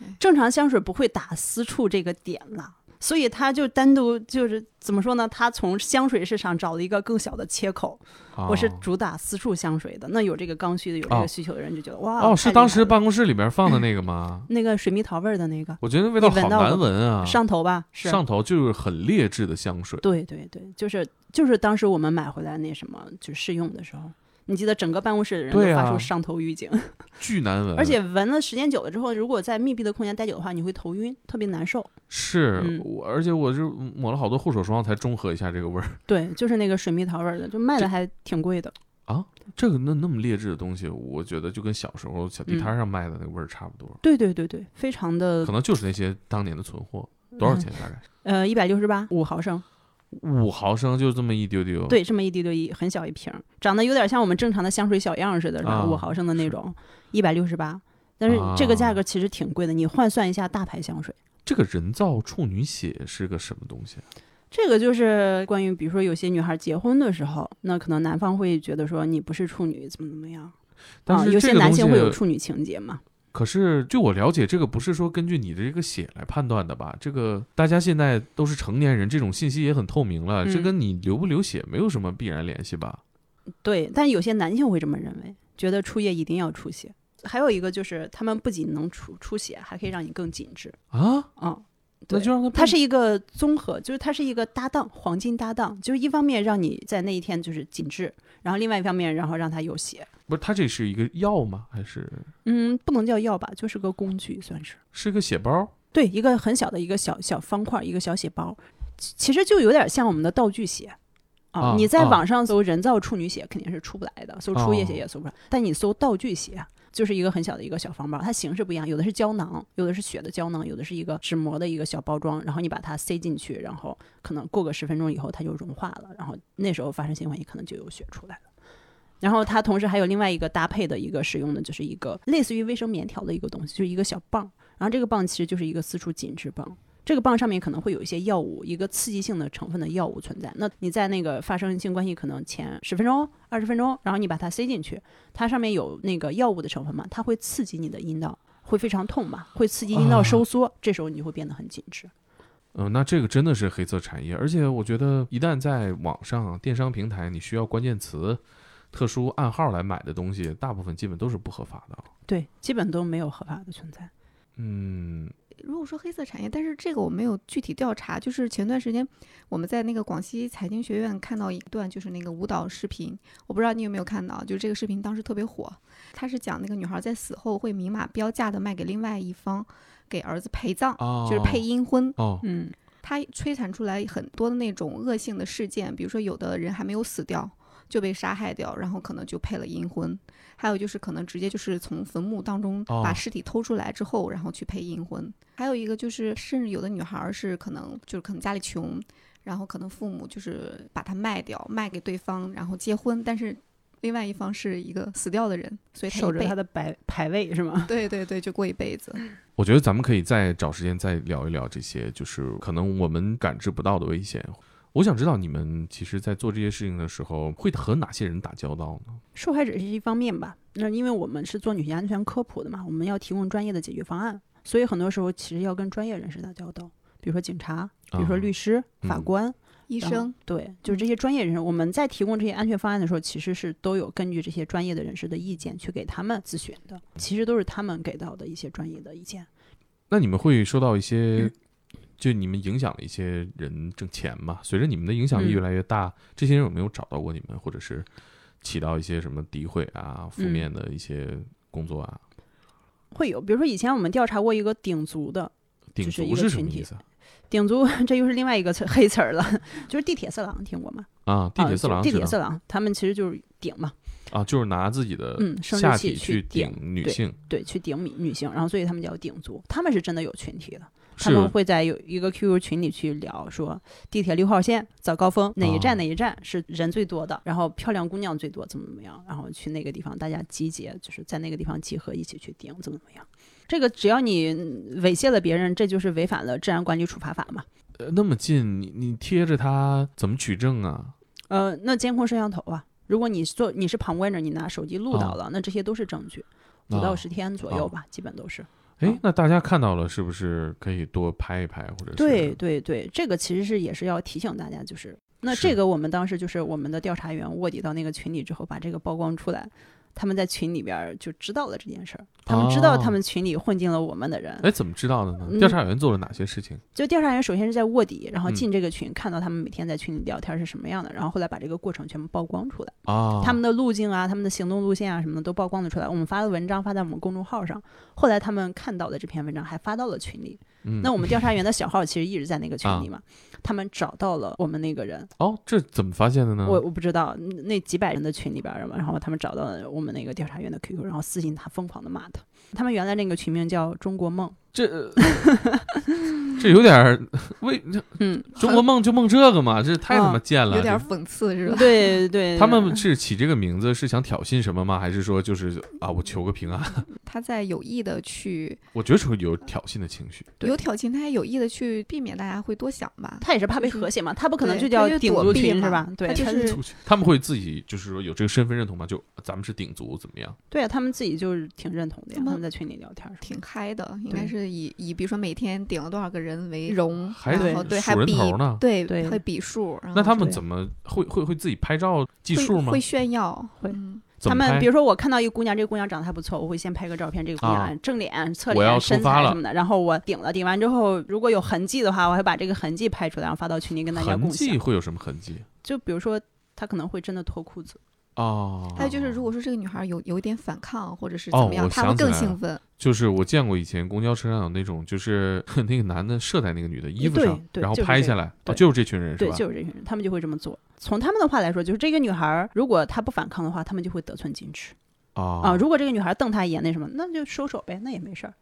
哦，正常香水不会打私处这个点了，所以他就单独就是怎么说呢？他从香水市场找了一个更小的切口，哦我是主打私处香水的。那有这个刚需的、有这哦个需求的人就觉得哇，哦，是当时把办公室里边嗯放的那个吗？那个水蜜桃味儿的那个、我觉得那味道你闻好到难过闻啊，上头吧？是，上头就是很劣质的香水。对对对，就是就是当时我们买回来那什么，就试用的时候。你记得整个办公室的人都对啊发出上头预警，巨难闻，而且闻了时间久了之后，如果在密闭的空间待久的话，你会头晕，特别难受。是、嗯我，而且我是抹了好多护手霜才中和一下这个味儿。 对，就是那个水蜜桃味儿的，就卖这的还挺贵的。这个那那么劣质的东西，我觉得就跟小时候小地嗯摊上卖的那个味儿差不多，对对对对，非常的可能就是那些当年的存货。多少钱大概？呃，一百六十八五毫升，五、毫升就这么一丢丢。，对，这么一滴就一很小一瓶儿，长得有点像我们正常的香水小样儿似的，是吧？啊五、毫升的那种，一百六十八。但是这个啊价格其实挺贵的，你换算一下大牌香水，这个人造处女血是个什么东西啊？这个就是关于比如说有些女孩结婚的时候，那可能男方会觉得说你不是处女，怎么怎么样但啊？是有这些个男东性会有西处女情节嘛？可是，据我了解，这个不是说根据你的这个血来判断的吧？这个大家现在都是成年人，这种信息也很透明了，这嗯跟你流不流血没有什么必然联系吧？对，但有些男性会这么认为，觉得初夜一定要出血。还有一个就是，他们不仅能出出血，还可以让你更紧致啊，啊。那对就让他它是一个综合，就是它是一个搭档，黄金搭档，就是一方面让你在那一天就是紧致，然后另外一方面，然后让它有血。不是他这是一个药吗？还是嗯，不能叫药吧，就是个工具，算是是个血包？对一个很小的一个小小方块，一个小血包，其其实就有点像我们的道具血。啊你在啊哦网上搜人造处女血肯定是出不来的，搜初夜血也搜不来，但你搜道具血就是一个很小的一个小方包，它形式不一样，有的是胶囊，有的是血的胶囊，有的是一个纸膜的一个小包装，然后你把它塞进去，然后可能过个十分钟以后它就融化了，然后那时候发生性关系可能就有血出来了。然后它同时还有另外一个搭配的一个使用的，就是一个类似于卫生棉条的一个东西，就是一个小棒，然后这个棒其实就是一个私处紧致棒。这个棒上面可能会有一些药物，一个刺激性的成分的药物存在。那你在那个发生性关系可能前十分钟、二十分钟，然后你把它塞进去，它上面有那个药物的成分嘛，它会刺激你的阴道，会非常痛嘛，会刺激阴道收缩，这时候你就会变得很紧致。嗯，那这个真的是黑色产业，而且我觉得一旦在网上啊电商平台，你需要关键词、特殊暗号来买的东西，大部分基本都是不合法的。啊对，基本都没有合法的存在。嗯，如果说黑色产业，但是这个我没有具体调查。就是前段时间我们在那个广西财经学院看到一段，就是那个舞蹈视频，我不知道你有没有看到，就是这个视频当时特别火。它是讲那个女孩在死后会明码标价的卖给另外一方，给儿子陪葬，哦，就是配阴婚。哦，嗯，它摧残出来很多的那种恶性的事件，比如说有的人还没有死掉就被杀害掉，然后可能就配了阴婚；还有就是可能直接就是从坟墓当中哦把尸体偷出来之后，然后去配阴婚。还有一个就是，甚至有的女孩儿是可能就是可能家里穷，然后可能父母就是把她卖掉，卖给对方，然后结婚，但是。另外一方是一个死掉的人，所以他守一着辈他的牌牌位是吗？对对对，就过一辈子。我觉得咱们可以再找时间再聊一聊这些，就是可能我们感知不到的危险。我想知道你们其实，在做这些事情的时候，会和哪些人打交道呢？受害者是一方面吧，那因为我们是做女性安全科普的嘛，我们要提供专业的解决方案，所以很多时候其实要跟专业人士打交道，比如说警察，比如说律师、嗯法官、医医生，，嗯对，就是这些专业人士。我们在提供这些安全方案的时候，其实是都有根据这些专业的人士的意见去给他们咨询的，其实都是他们给到的一些专业的意见。那你们会收到一嗯些，就你们影响了一些人挣钱吗？随着你们的影响力嗯越来越大，这些人有没有找到过你们，或者是起到一些什么诋毁啊、负嗯面的一些工作啊？会有，比如说以前我们调查过一个顶足的，顶就是一足个是什么群体意思啊顶足 这又是另外一个词黑词儿了， 就是地铁色狼，听过吗？啊？地铁色啊狼知就地铁道色狼，他们其实就是顶嘛，啊，就是拿自己的嗯生殖下器体去顶女对性，对，去顶女女性，然后所以他们叫顶足，他们是真的有群体的，他是们会在有一个 QQ 群里去聊，说地铁六号线早高峰哪一哦站哪一站是人最多的，然后漂亮姑娘最多，怎么怎么样，然后去那个地方大家集结，就是在那个地方集合一起去顶，怎么怎么样。这个只要你嗯猥亵了别人，这就是违反了治安管理处罚法嘛。呃那么近，你你贴着他怎么取证啊？呃，那监控摄像头啊，如果你做你是旁观者，你拿手机录到了，那这些都是证据，五啊到十天左右哦吧，基本都是。哎啊，那大家看到了是不是可以多拍一拍，或者是对对对，这个其实是也是要提醒大家，就是那是这个我们当时就是我们的调查员卧底到那个群里之后，把这个曝光出来，他们在群里边儿就知道了这件事儿，他们知道他哦们群里混进了我们的人，哎，怎么知道的呢？嗯调查员做了哪些事情？就调查员首先是在卧底，然后嗯进这个群，看到他们每天在群里聊天是什么样的，然后后来把这个过程全部曝光出来，啊，他们的路径啊、他们的行动路线啊什么的都曝光了出来，我们发了文章发在我们公众号上，后来他们看到的这篇文章还发到了群里，嗯啊那我们调查员的小号其实一直在那个群里嘛，他们找到了我们那个人，哦，这怎么发现的呢？我我不知道嗯那几百人的群里边儿嘛，然后他们找到了我们那个调查员的 QQ，然后私信他，疯狂的骂他。他们原来那个群名叫“中国梦这呃这有点儿 为”，嗯，中国梦就梦这个嘛，这太他妈哦贱了。有点讽刺嗯是吧？ 对 对，他们是起这个名字是想挑衅什么吗？还是说就是啊，我求个平安？ 他在有意的去我觉得是有挑衅的情绪。对有挑衅，他也有意的去避免大家会多想吧。他也是怕被就是和谐嘛，他不可能对就他叫就顶躲族避群嘛是吧？对，他就他是他们会自己就是说有这个身份认同吗？就咱们是顶族怎么样？对啊，他们自己就是挺认同的呀他，们他们在群里聊天儿什么的，挺嗨的，应对该是以以比如说每天顶了多少个人为荣，还然后对还数人比头呢？对对会比数，然那后他们对怎么会会会自己拍照计会数吗会？炫耀，会嗯怎他么们拍比如说我看到一个姑娘，这个姑娘长得还不错，我会先拍个照片，这个姑娘啊正脸、侧我要脸、出身发材了什么的，然后我顶了，顶完之后如果有痕迹的话，我还把这个痕迹拍出来，然后发到群里跟大家痕共迹享。会有什么痕迹？就比如说，她可能会真的脱裤子，哦，还有就是，如果说这个女孩有有一点反抗，或者是哦怎么样，我她想会起更来了兴奋。呃就是我见过以前公交车上有那种，就是 那个男的射在那个女的衣服对上，对然后就是拍这下个来，哦，对就是这群人是对，吧？就是这群人，他们就会这么做。从他们的话来说，就是这个女孩儿如果她不反抗的话，他们就会得寸进尺啊。啊，如果这个女孩儿瞪他一眼，那什么，那就收手呗，那也没事儿。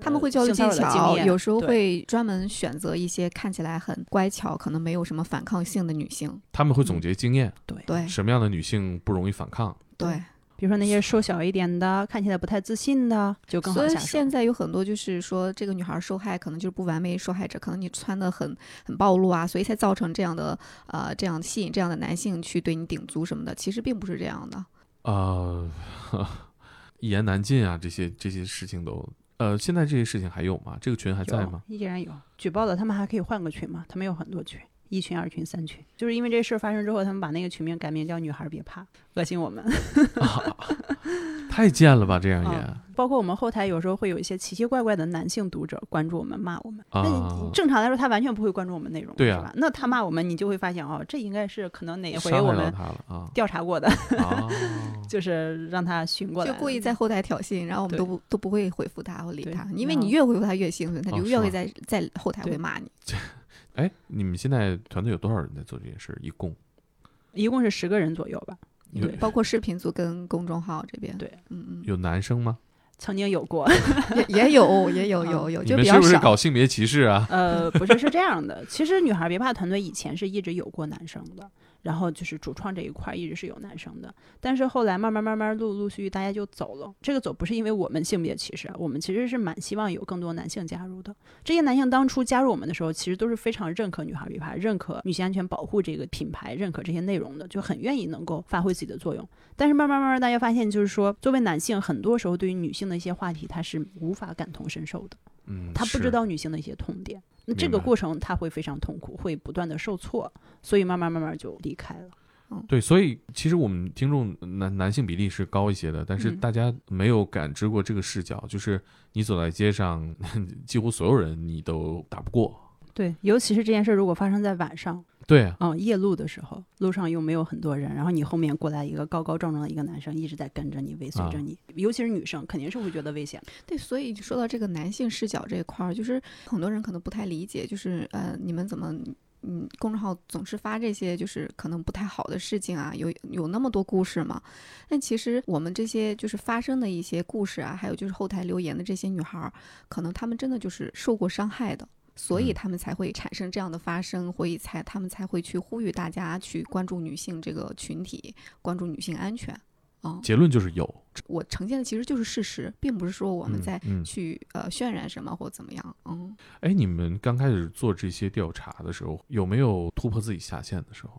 他们会呃教育性技骚扰的经巧，验啊有时候对会专门选择一些看起来很乖巧，可能没有什么反抗性的女性。他们会总结经验，对对什么样的女性不容易反抗？对，比如说那些瘦小一点的，看起来不太自信的，就更好所以下手。现在有很多就是说，这个女孩受害可能就是不完美受害者，可能你穿的很很暴露啊，所以才造成这样的呃这样吸引这样的男性去对你顶足什么的，其实并不是这样的。呃， 一言难尽啊，这些这些事情都，呃，现在这些事情还有吗？这个群还在有吗？依然有举报的，他们还可以换个群嘛？他们有很多群，一群、二群、三群。就是因为这事儿发生之后，他们把那个群名改名叫“女孩儿别怕”，恶心我们。 太贱了吧，这样啊也包括我们后台有时候会有一些奇奇怪怪的男性读者关注我们骂我们。那啊你正常来说，他完全不会关注我们内容，对是啊吧？那他骂我们，你就会发现哦，这应该是可能哪回伤我害到们他了啊调查过的，啊！ 就是让他寻过来就的，故意在后台挑衅，然后我们对都不都不会回复她或理对她，因为然后你越回复她越兴奋，她哦就是越吗会在在后台对会骂你。哎，你们现在团队有多少人在做这件事儿？一共一共是十个人左右吧。有包括视频组跟公众号这边，对，嗯有男生吗？曾经有过，嗯，也也有也有啊有有，嗯你就们比是较不是少。搞性别歧视啊？呃，不是，是这样的。其实女孩别怕团队以前是一直有过男生的，然后就是主创这一块儿一直是有男生的，但是后来慢慢慢慢陆陆续续大家就走了。这个走不是因为我们性别歧视啊，我们其实是蛮希望有更多男性加入的。这些男性当初加入我们的时候，其实都是非常认可女孩儿品牌、认可女性安全保护这个品牌、认可这些内容的，就很愿意能够发挥自己的作用。但是慢慢慢慢，大家发现就是说，作为男性，很多时候对于女性的一些话题，他是无法感同身受的。嗯，他不是知道女性的一些痛点，那明这个白过程他会非常痛苦，会不断的受挫，所以慢慢慢慢就离开了。对，所以其实我们听众男男性比例是高一些的，但是嗯大家没有感知过这个视角，就是你走在街上， 几乎所有人你都打不过。对，尤其是这件事如果发生在晚上，对啊，嗯，夜路的时候，路上又没有很多人，然后你后面过来一个高高壮壮的一个男生，一直在跟着你，尾随啊着你，尤其是女生，肯定是会觉得危险的。对，所以就说到这个男性视角这一块儿，就是很多人可能不太理解，就是呃，你们怎么？嗯，公众号总是发这些就是可能不太好的事情啊，有有那么多故事嘛。但其实我们这些就是发生的一些故事啊，还有就是后台留言的这些女孩儿，可能她们真的就是受过伤害的，所以嗯她们才会产生这样的发生，所以才她们才会去呼吁大家去关注女性这个群体，关注女性安全。啊、结论就是有，我呈现的其实就是事实，并不是说我们嗯在嗯去、呃渲染什么或怎么样。嗯，哎，你们刚开始做这些调查的时候，有没有突破自己下限的时候？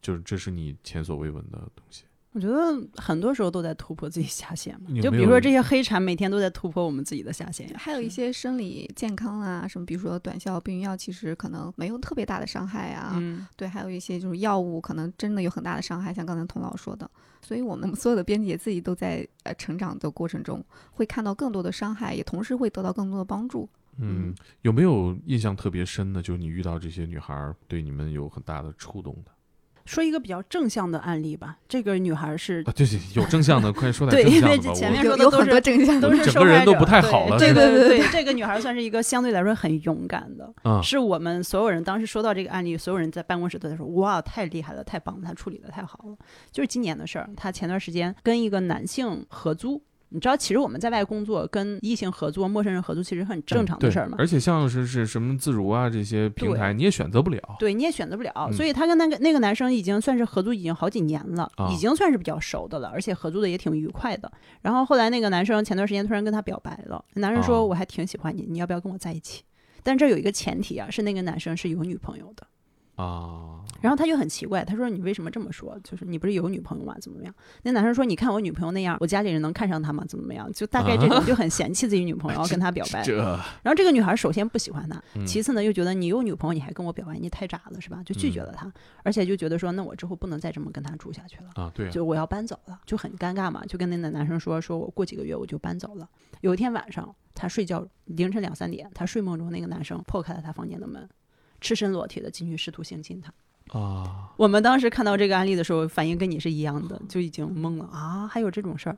就是这是你前所未闻的东西。我觉得很多时候都在突破自己下限嘛有没，有就比如说这些黑产每天都在突破我们自己的下限呀。还有一些生理健康啊，什么比如说短效避孕药，其实可能没有特别大的伤害啊。嗯，对，还有一些就是药物，可能真的有很大的伤害，像刚才童老说的。所以我嗯们所有的编辑也自己都在呃成长的过程中，会看到更多的伤害，也同时会得到更多的帮助。嗯嗯，有没有印象特别深的？就是你遇到这些女孩儿，对你们有很大的触动的说一个比较正向的案例吧，这个女孩是啊？对对，有正向的，快说对点正因向为的吧。这前我面有说的有都很是 多正向都的我是整受个人害都者不太好了对是对吧对， 对这个女孩算是一个相对来说很勇敢的，啊，是我们所有人当时说到这个案例，所有人在办公室都在说：“哇，太厉害了，太棒了，他处理的太好了。”就是今年的事儿，他前段时间跟一个男性合租。你知道，其实我们在外工作，跟异性合租、陌生人合租，其实很正常嗯的对事儿嘛。而且像是是什么自如啊这些平台，你也选择不了。对，你也选择不了，嗯所以他跟那个那个男生已经算是合租已经好几年了，啊已经算是比较熟的了，而且合租的也挺愉快的。然后后来那个男生前段时间突然跟他表白了，男生哦说我还挺喜欢你，你要不要跟我在一起？但这有一个前提啊，是那个男生是有女朋友的。啊，然后他就很奇怪，他说：“你为什么这么说？就是你不是有女朋友吗？怎么样？”那男生说：“你看我女朋友那样，我家里人能看上她吗？怎么怎么样？”就大概这种，就很嫌弃自己女朋友，跟他表白。啊 这然后这个女孩首先不喜欢他，嗯其次呢又觉得你有女朋友你还跟我表白，你太渣了是吧？就拒绝了他，而且就觉得说那我之后不能再这么跟他住下去了。啊，对啊，就我要搬走了，就很尴尬嘛，就跟那男男生说，说我过几个月我就搬走了。有一天晚上，他睡觉凌晨两三点，他睡梦中那个男生破开了他房间的门，赤身裸体的进去试图性侵他。啊，我们当时看到这个案例的时候，反应跟你是一样的，就已经懵了啊，还有这种事儿。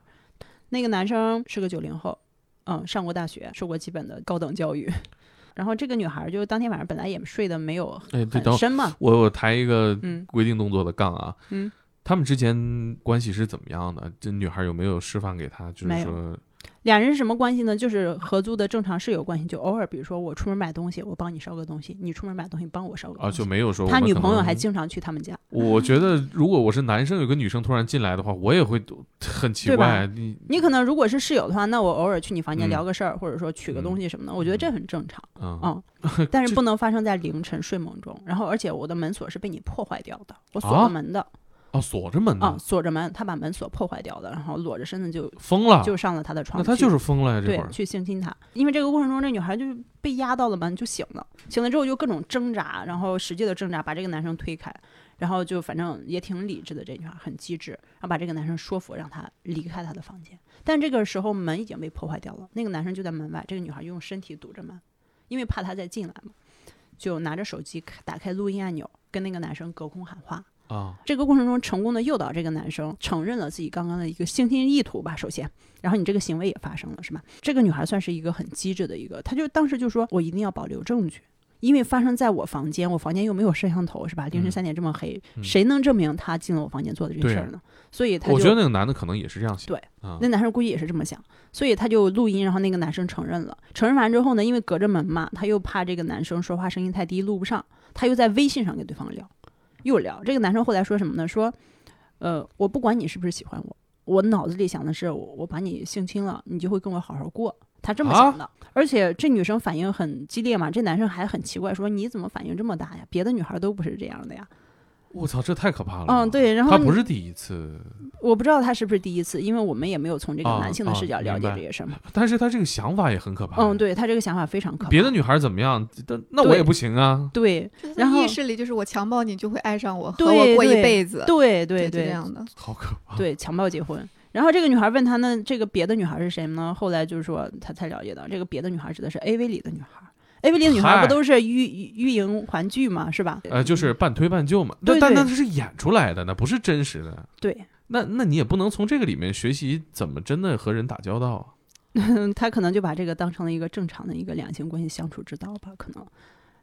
那个男生是个九零后，嗯，上过大学，受过基本的高等教育。 然后这个女孩就当天晚上本来也睡得没有哎，对，等很会儿 深嘛，我我抬一个嗯规定动作的杠啊，嗯，他们之前关系是怎么样的？这女孩有没有示范给他？就没是有说，俩人是什么关系呢？就是合租的正常室友关系，就偶尔比如说我出门买东西，我帮你捎个东西，你出门买东西帮我捎个啊，东西。就没有说他我们女可朋友能还经常去他们家，我觉得，如果我是男生，有个女生突然进来的话，我也会很奇对吧怪。啊你你可能如果是室友的话，那我偶尔去你房间嗯聊个事儿，或者说取个嗯东西什么的，我觉得这很正常。嗯，嗯，但是这不能发生在凌晨睡梦中。然后，而且我的门锁是被你破坏掉的，我锁啊着门的哦，锁着门啊呢，锁着门，他把门锁破坏掉的，然后裸着身子就疯了，就上了他的啊床那去，他就是疯了呀，这对会儿去性侵他。因为这个过程中，这女孩就是被压到了门就醒了，醒了之后就各种挣扎，然后使劲的挣扎，把这个男生推开，然后就反正也挺理智的，这女孩很机智，然后把这个男生说服，让他离开他的房间。但这个时候门已经被破坏掉了，那个男生就在门外，这个女孩用身体堵着门，因为怕他再进来嘛，就拿着手机开打开录音按钮，跟那个男生隔空喊话。啊，这个过程中成功的诱导这个男生承认了自己刚刚的一个性侵意图吧，首先，然后你这个行为也发生了，是吧？这个女孩算是一个很机智的一个，她就当时就说我一定要保留证据。因为发生在我房间，我房间又没有摄像头，是吧？凌晨嗯三点这么黑，嗯谁能证明他进了我房间做的这个事儿呢？所以他就我觉得那个男的可能也是这样想。对啊，那男生估计也是这么想，所以他就录音，然后那个男生承认了。承认完之后呢，因为隔着门嘛，他又怕这个男生说话声音太低录不上，他又在微信上跟对方聊。又聊这个男生后来说什么呢？说，呃，我不管你是不是喜欢我，我脑子里想的是我我把你性侵了，你就会跟我好好过。他这么想啊的，而且这女生反应很激烈嘛，这男生还很奇怪，说你怎么反应这么大呀？别的女孩都不是这样的呀。我操，这太可怕了。嗯，，对，然后哦他你不是第一次，我不知道他是不是第一次，因为我们也没有从这个啊男性的啊视角了明解白这些事儿嘛。但是他这个想法也很可怕。嗯，，对他这个想法非常可怕。别的女孩怎么样， 但那我对也不行啊。对就是然他后意识里就是我强暴你就会爱上我，和对我过一对辈子，对呃对对就这对样的。好可怕！对，强暴结婚。然后这个女孩问他呢，这个别的女孩是谁呢？后来就是说他才了解到，这个别的女孩指的是 AV 里的女孩。AV 里的女孩嗨不都是欲欲欲迎还拒嘛，是吧？呃，就是半推半就嘛。对但对但那是演出来的，那不是真实的。对，那那你也不能从这个里面学习怎么真的和人打交道啊。嗯，他可能就把这个当成了一个正常的一个两性关系相处之道吧，可能。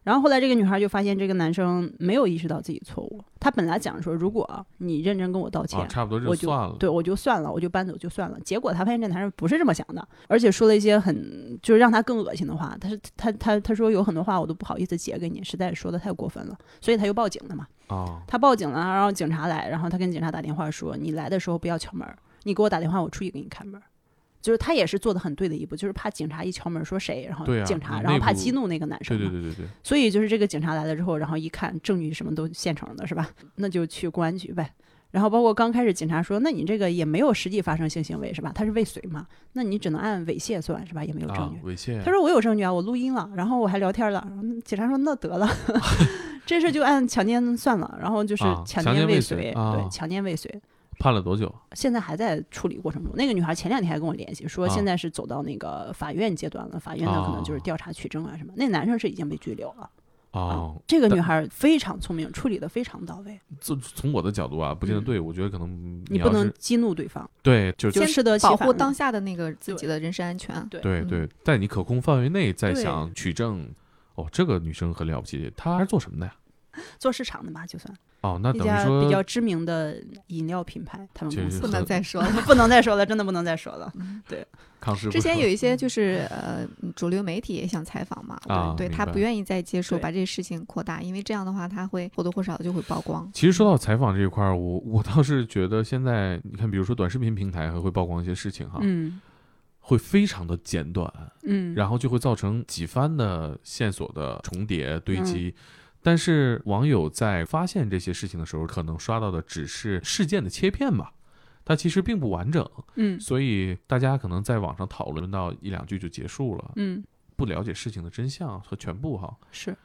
然后后来这个女孩就发现这个男生没有意识到自己错误，他本来讲说，如果你认真跟我道歉，啊，差不多我就就算了。对，我就算了，我就搬走就算了。结果他发现这男人不是这么想的，而且说了一些很就是让他更恶心的话。他是他他他说有很多话我都不好意思截给你，实在是说的太过分了，所以他又报警了嘛。啊，他报警了，然后警察来，然后他跟警察打电话说：“你来的时候不要敲门儿，你给我打电话，我出去给你开门儿。”就是他也是做的很对的一步，就是怕警察一敲门说谁，然后对啊警察，你然后内怕部激怒那个男生对嘛。对对对对，所以就是这个警察来了之后，然后一看证据什么都现成的，是吧？那就去公安局呗。然后包括刚开始警察说，那你这个也没有实际发生性行为是吧？他是未遂嘛，那你只能按猥亵算是吧？也没有证啊据。，猥亵。他说我有证据啊，我录音了，然后我还聊天了。然后警察说那得了， 这事就按强奸算了。然后就是啊强奸奸未遂，遂啊对，强奸未遂。判了多久？现在还在处理过程中。那个女孩前两天还跟我联系，说啊现在是走到那个法院阶段了，法院呢可能就是哦调查取证啊什么。那男生是已经被拘留了。啊哦，，这个但女孩非常聪明，处理的非常到位，从从我的角度啊，不见得嗯对，我觉得可能你要不是能激怒对方，对，就就先适得其保反护嘛当下的那个自己对的人身安全。对对嗯对，在你可控范围内再对想取证。哦，这个女生很了不起，她是做什么的呀？做市场的吧，就算哦，那一等于家比较说知名的饮料品牌，他们其公实司不能再说了。 不能再说了，真的不能再说了。康师傅之前有一些就是呃，主流媒体也想采访嘛，啊对明他白不愿意再接受对把这事情扩大，因为这样的话他会或多或少就会曝光。其实说到采访这一块儿，我我倒是觉得现在你看，比如说短视频平台还会曝光一些事情哈，嗯会非常的简短，嗯，然后就会造成几番的线索的重叠嗯堆积。但是网友在发现这些事情的时候，可能刷到的只是事件的切片吧，它其实并不完整，嗯所以大家可能在网上讨论到一两句就结束了，嗯不了解事情的真相和全部哈。是。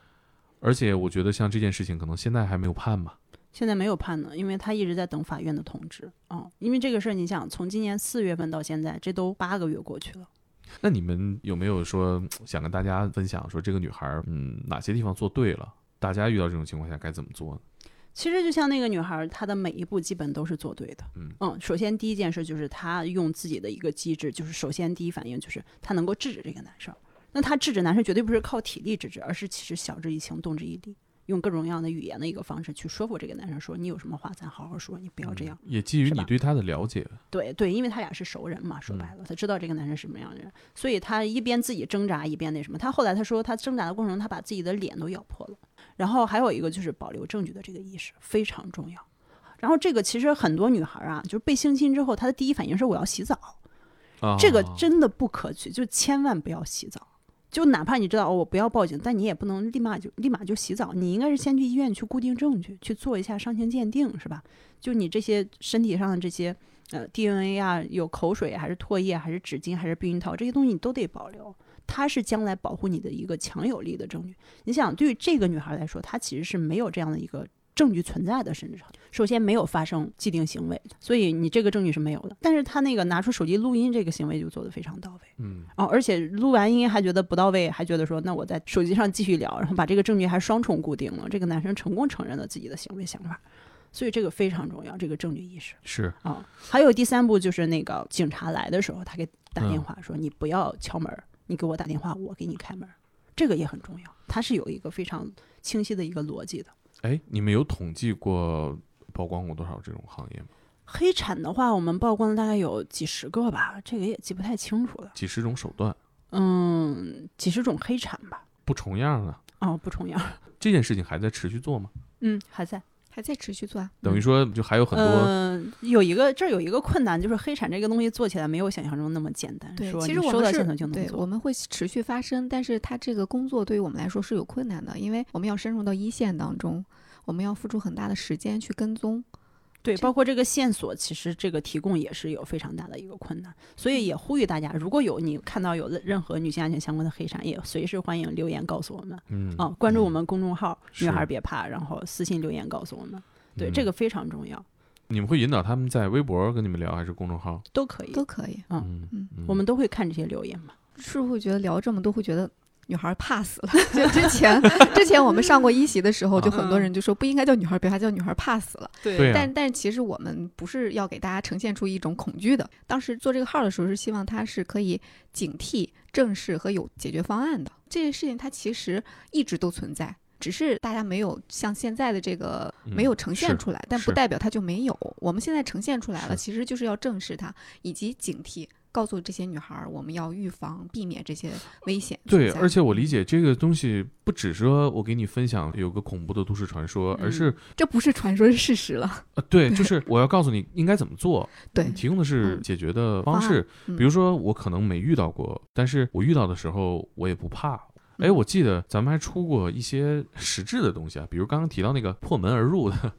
而且我觉得像这件事情，可能现在还没有判嘛，现在没有判呢，因为他一直在等法院的通知啊、哦因为这个事儿，你想，从今年四月份到现在，这都八个月过去了。那你们有没有说想跟大家分享说这个女孩儿，嗯，哪些地方做对了？大家遇到这种情况下该怎么做呢？其实就像那个女孩儿，她的每一步基本都是做对的。嗯首先第一件事就是她用自己的一个机制，就是首先第一反应就是她能够制止这个男生。那她制止男生绝对不是靠体力制止，而是其实晓之以情，动之以理，用各种各样的语言的一个方式去说服这个男生说：“你有什么话咱好好说，你不要这样。嗯也基于是你吧对她的了解，对对，因为他俩是熟人嘛，说白了，他知道这个男生什么样的人，所以他一边自己挣扎，一边那什么。他后来他说，他挣扎的过程中，他把自己的脸都咬破了。然后还有一个就是保留证据的这个意识非常重要。然后这个其实很多女孩啊，就是被性侵之后，她的第一反应是我要洗澡，啊，这个真的不可取，就千万不要洗澡。就哪怕你知道、哦、我不要报警，但你也不能立马就立马就洗澡，你应该是先去医院去固定证据，去做一下伤情鉴定，是吧？就你这些身体上的这些呃 DNA 啊，有口水还是唾液还是纸巾还是避孕套这些东西，你都得保留。它是将来保护你的一个强有力的证据。你想，对于这个女孩来说，她其实是没有这样的一个证据存在的，甚至上首先没有发生既定行为，所以你这个证据是没有的。但是她那个拿出手机录音这个行为就做得非常到位。嗯，哦，而且录完音还觉得不到位，还觉得说那我在手机上继续聊，然后把这个证据还双重固定了。这个男生成功承认了自己的行为想法，所以这个非常重要，这个证据意识是啊、还有第三步就是那个警察来的时候，他给打电嗯话说、你不要敲门儿，你给我打电话，我给你开门儿，这个也很重要，它是有一个非常清晰的一个逻辑的。哎，你们有统计过曝光过多少这种行业吗？黑产的话，我们曝光了大概有几十个吧，这个也记不太清楚了。几十种手段嗯，几十种黑产吧。不重样啊，哦，不重样。这件事情还在持续做吗？嗯，还在。还在持续做啊。等于说就还有很多嗯、有一个这儿有一个困难，就是黑产这个东西做起来没有想象中那么简单。对嗯说，其你实我收到们线是索就能对，做我。们会持续发生，但是它这个工作对于我们来说是有困难的，因为我们要深入到一线当中，我们要付出很大的时间去跟踪。对，这包括这个线索，其实这个提供也是有非常大的一个困难，所以也呼吁大家，如果有你看到有任何女性安全相关的黑产，也随时欢迎留言告诉我们嗯啊、关注我们公众号“是女孩别怕”，然后私信留言告诉我们。对，嗯这个非常重要，你们会引导他们在微博跟你们聊，还是公众号？都可以，都可以。嗯嗯嗯我们都会看这些留言嘛。是会觉得聊这么多，会觉得女孩怕死了。 就之前之前我们上过一席的时候，就很嗯多人就说不应该叫女孩别怕，叫女孩怕死了。对对啊但但其实我们不是要给大家呈现出一种恐惧的。当时做这个号的时候，是希望它是可以警惕、正视和有解决方案的。这些事情它其实一直都存在。只是大家没有像现在的这个嗯没有呈是现出来，但不是代表它就没有。我们现在呈现出来了，是其实就是要正视它，以及警惕，告诉这些女孩儿，我们要预防、避免这些危险存对，在。而且我理解这个东西不只说我给你分享有个恐怖的都市传说，而是这不是传说，是事实了。 呃，对，就是我要告诉你应该怎么做，对你，提供的是嗯解决的方方案式。嗯比如说，我可能没遇到过，但是我遇到的时候我也不怕。哎，我记得咱们还出过一些实质的东西啊，比如刚刚提到那个破门而入的，嗯嗯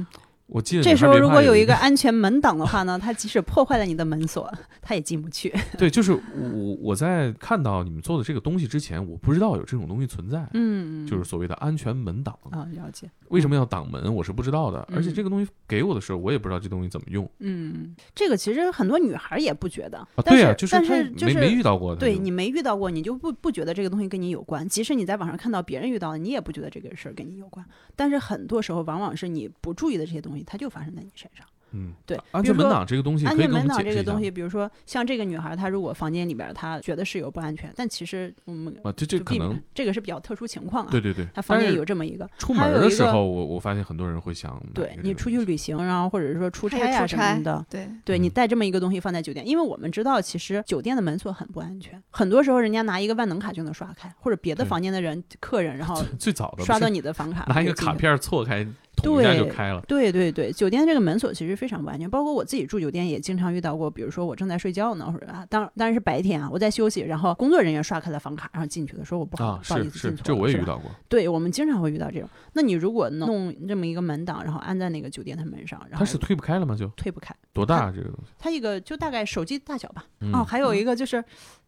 嗯。我记得这你时还候别如怕果有有一个安全门挡的话呢，它即使破坏了你的门锁，它也进不去。对，就是我我在看到你们做的这个东西之前，我不知道有这种东西存在，嗯，就是所谓的安全门挡。啊、了解。为什么要挡门，我是不知道的。而且嗯这个东西给我的时候，我也不知道这东西怎么用。嗯，这个其实很多女孩儿也不觉得，啊，但对是、啊，就是但他是就没是没遇到过的那种，对你没遇到过，你就不不觉得这个东西跟你有关。即使你在网上看到别人遇到了，你也不觉得这个事儿跟你有关。但是很多时候，往往是你不注意的这些东西，它就发生在你身上。嗯，对安比全如门说挡这个东西可安以全跟我门们挡解这释个一下东吗西，比如说像这个女孩儿，她如果房间里边儿她觉得是有不安全，但其实我们啊，这这就可避免能这个是比较特殊情况啊。对对对她，房但间有是这么一个，出还门有的一时个候，我我发现很多人会想买一对个你这个出东去西旅行，然后或者说出还差有啊出什么差的，对，对你嗯带这么一个东西放在酒店，因为我们知道，其实酒店的门锁很不安全，很多时候人家拿一个万能卡就能刷开，或者别的对房间的人客人，然后最早的不刷是到你的房卡，拿一就个进卡去。片错开，捅一下就对开了。对对对，酒店这个门锁其实非常不安全，包括我自己住酒店也经常遇到过，比如说我正在睡觉呢，或者啊，当当然是白天啊，我在休息，然后工作人员刷开了房卡，然后进去的，说我不好、啊，不好意是思是，进错这了我也是遇吧到过。对我们经常会遇到这种。那你如果弄这么一个门挡，然后安在那个酒店的门上，然它后是推不开了吗？就推不开，多大啊这个东西？它一个就大概手机大小吧，哦，嗯，还有一个就是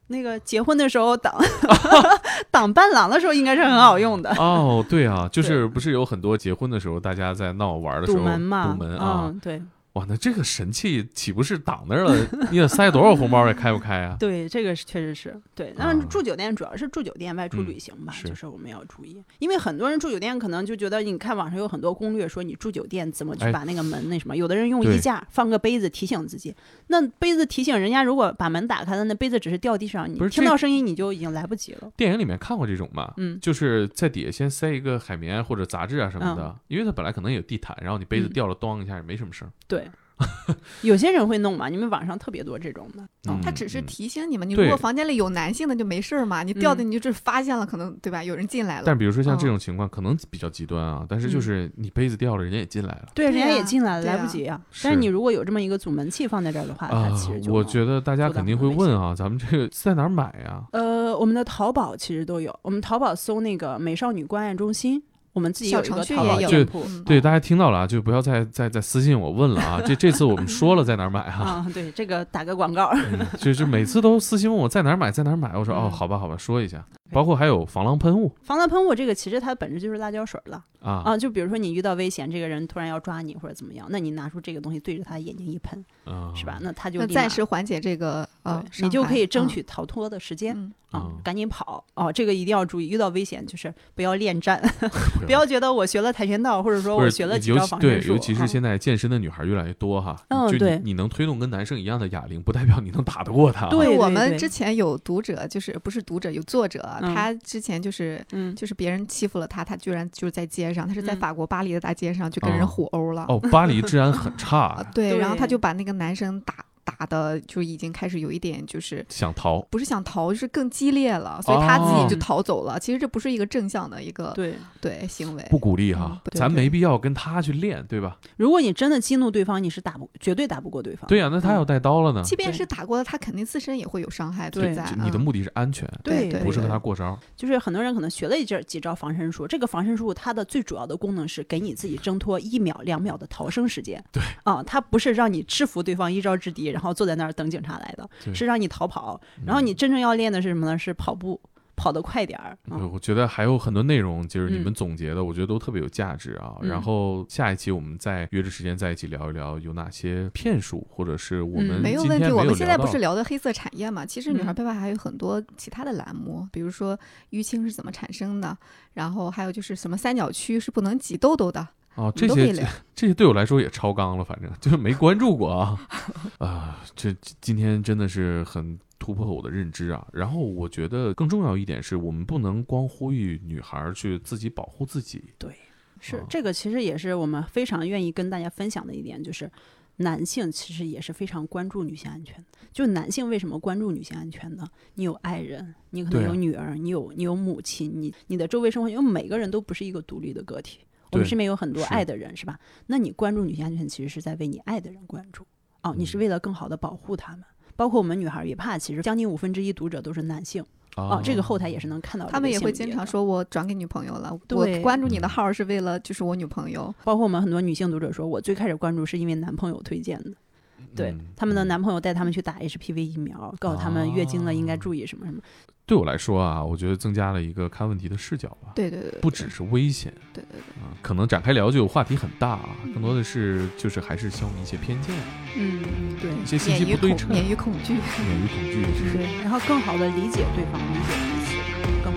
那个结婚的时候挡 挡伴郎的时候，应该是很好用的。哦，对啊，就对是不是有很多结婚的时候，大家在闹玩的时候堵门嘛，堵门啊，嗯，对哇，那这个神器岂不是挡那儿了？你得塞多少红包也开不开啊？ 对，这个是确实是对。但啊是住酒店主要是住酒店，外出嗯旅行吧，是就是我们要注意，因为很多人住酒店可能就觉得，你看网上有很多攻略说你住酒店怎么去哎把那个门那什么，有的人用对衣架放个杯子提醒自己，那杯子提醒人家，如果把门打开了，那杯子只是掉地上，你不是听这到声音你就已经来不及了。电影里面看过这种吗？嗯就是在底下先塞一个海绵或者杂志啊什么的，因为它本来可能有地毯，然后你杯子嗯掉了，咚一下也没什么事儿。对， 有些人会弄嘛，你们网上特别多这种的。嗯嗯啊他只是嗯提醒你们，你对嗯如果房间里有男性的就没事儿嘛，你掉的你就是发现了，可能对吧？有人进来了，但比如说像这嗯种情况，可能比较极端啊，但是就是你杯子掉了，人家也进来了。对，人对家也呀进来了，对来不呀及啊。啊是但是你如果有这么一个阻门器放在这儿的话，啊它其实，就我能觉得大家做到肯定会很危险问啊，咱们这个在哪儿买啊呀？呃，我们的淘宝其实都有，我们淘宝搜那个美少女关爱中心，我们自己小有一程个序淘也宝有店就铺。嗯对，大家听到了啊，就不要再再再私信我问了啊。这这次我们说了在哪儿买 啊，啊，对，这个打个广告。嗯 就是每次都私信问我在哪儿买，在哪儿买。我说哦，嗯好吧，好吧，说一下。包括还有防狼喷雾防狼喷雾这个其实它本质就是辣椒水了啊啊，就比如说你遇到危险，这个人突然要抓你或者怎么样，那你拿出这个东西对着他眼睛一喷，啊，是吧？？那他就那立暂马时缓解这个呃对，伤你就可害以争嗯取逃脱的时间嗯啊嗯，赶紧跑哦，这个一定要注意，遇到危险就是不要 恋战。不不要觉得我学了跆拳道，或者说不是我学了几尤招其防对身，术，尤其是啊现在健身的女孩越来越多哈。嗯就对你你能推动跟男生一样的哑铃，不代表你能打得过他。对就我们对之前有读者，就是不是读者，有作者，嗯他之前就是嗯，就是别人欺负了他，他居然就是在街上，他是在嗯法国巴黎的大街上就跟哦人互殴了。哦，巴黎治安很差啊呀。对，然后他对就把那个男生打打的就已经开始有一点就是想逃，不是想逃，就是更激烈了，哦所以他自己就逃走了。其实这不是一个正向的一个对，对行为，不鼓励哈、嗯不咱对嗯没必要跟他去练，对吧？如果你真的激怒对方，你是打不绝对打不过对方。对呀、那他嗯要带刀了呢，即便是打过了，他肯定自身也会有伤害对存在就。你的嗯目的是安全，对对不是和对他过招。就是很多人可能学了一阵几招防身术，这个防身术它的最主要的功能是给你自己挣脱一秒两秒的逃生时间。对啊，它不是让你制服对方一招制敌，然后坐在那儿等警察来的对，是让你逃跑。嗯然后你真正要练的是什么呢？是跑步，跑得快点儿。对，嗯啊，呃我觉得还有很多内容，就是你们嗯总结的，我觉得都特别有价值啊。嗯然后下一期我们再约着时间在一起聊一聊有哪些骗术，或者是我们嗯没有今问天题，我有们现在聊不是到聊的黑色产业嘛？其实嗯女孩背叛还有很多其他的栏目，比如说淤青是怎么产生的，然后还有就是什么三角区是不能挤痘痘的，啊？我们这都可以些聊。这些对我来说也超纲了，反正就是没关注过啊。 啊，这今天真的是很突破我的认知啊。然后我觉得更重要一点是我们不能光呼吁女孩儿去自己保护自己，是哦这个，其实也是我们非常愿意跟大家分享的一点，就是男性其实也是非常关注女性安全的。就男性为什么关注女性安全呢？你有爱人，你可能对啊有女儿，你有你有母亲，你你的周围生活，因为每个人都不是一个独立的个体，我们对身边有很多是爱的人，是吧？那你关注女性安全，其实是在为你爱的人关注哦，嗯你是为了更好的保护他们。包括我们女孩也怕，其实将近五分之一读者都是男性啊、哦，这个后台也是能看到。他们也会经常，说：“我转给女朋友了，我对关注你的嗯号是为了就是我女朋友。包括我们很多女性读者说，我最开始关注是因为男朋友推荐的。对嗯，他们的嗯男朋友带他们去打 HPV 疫苗，告诉他们月经了应该注意什么什么。对我来说啊，我觉得增加了一个看问题的视角吧。对”对对对，不只是危险，对对对，啊，可能展开聊就有话题很大啊，更多的是就是还是消弭一些偏见，嗯，对，一些信息免于不对恐称免于恐惧。免于恐惧。对，然后更好的理解对方，理解彼此，更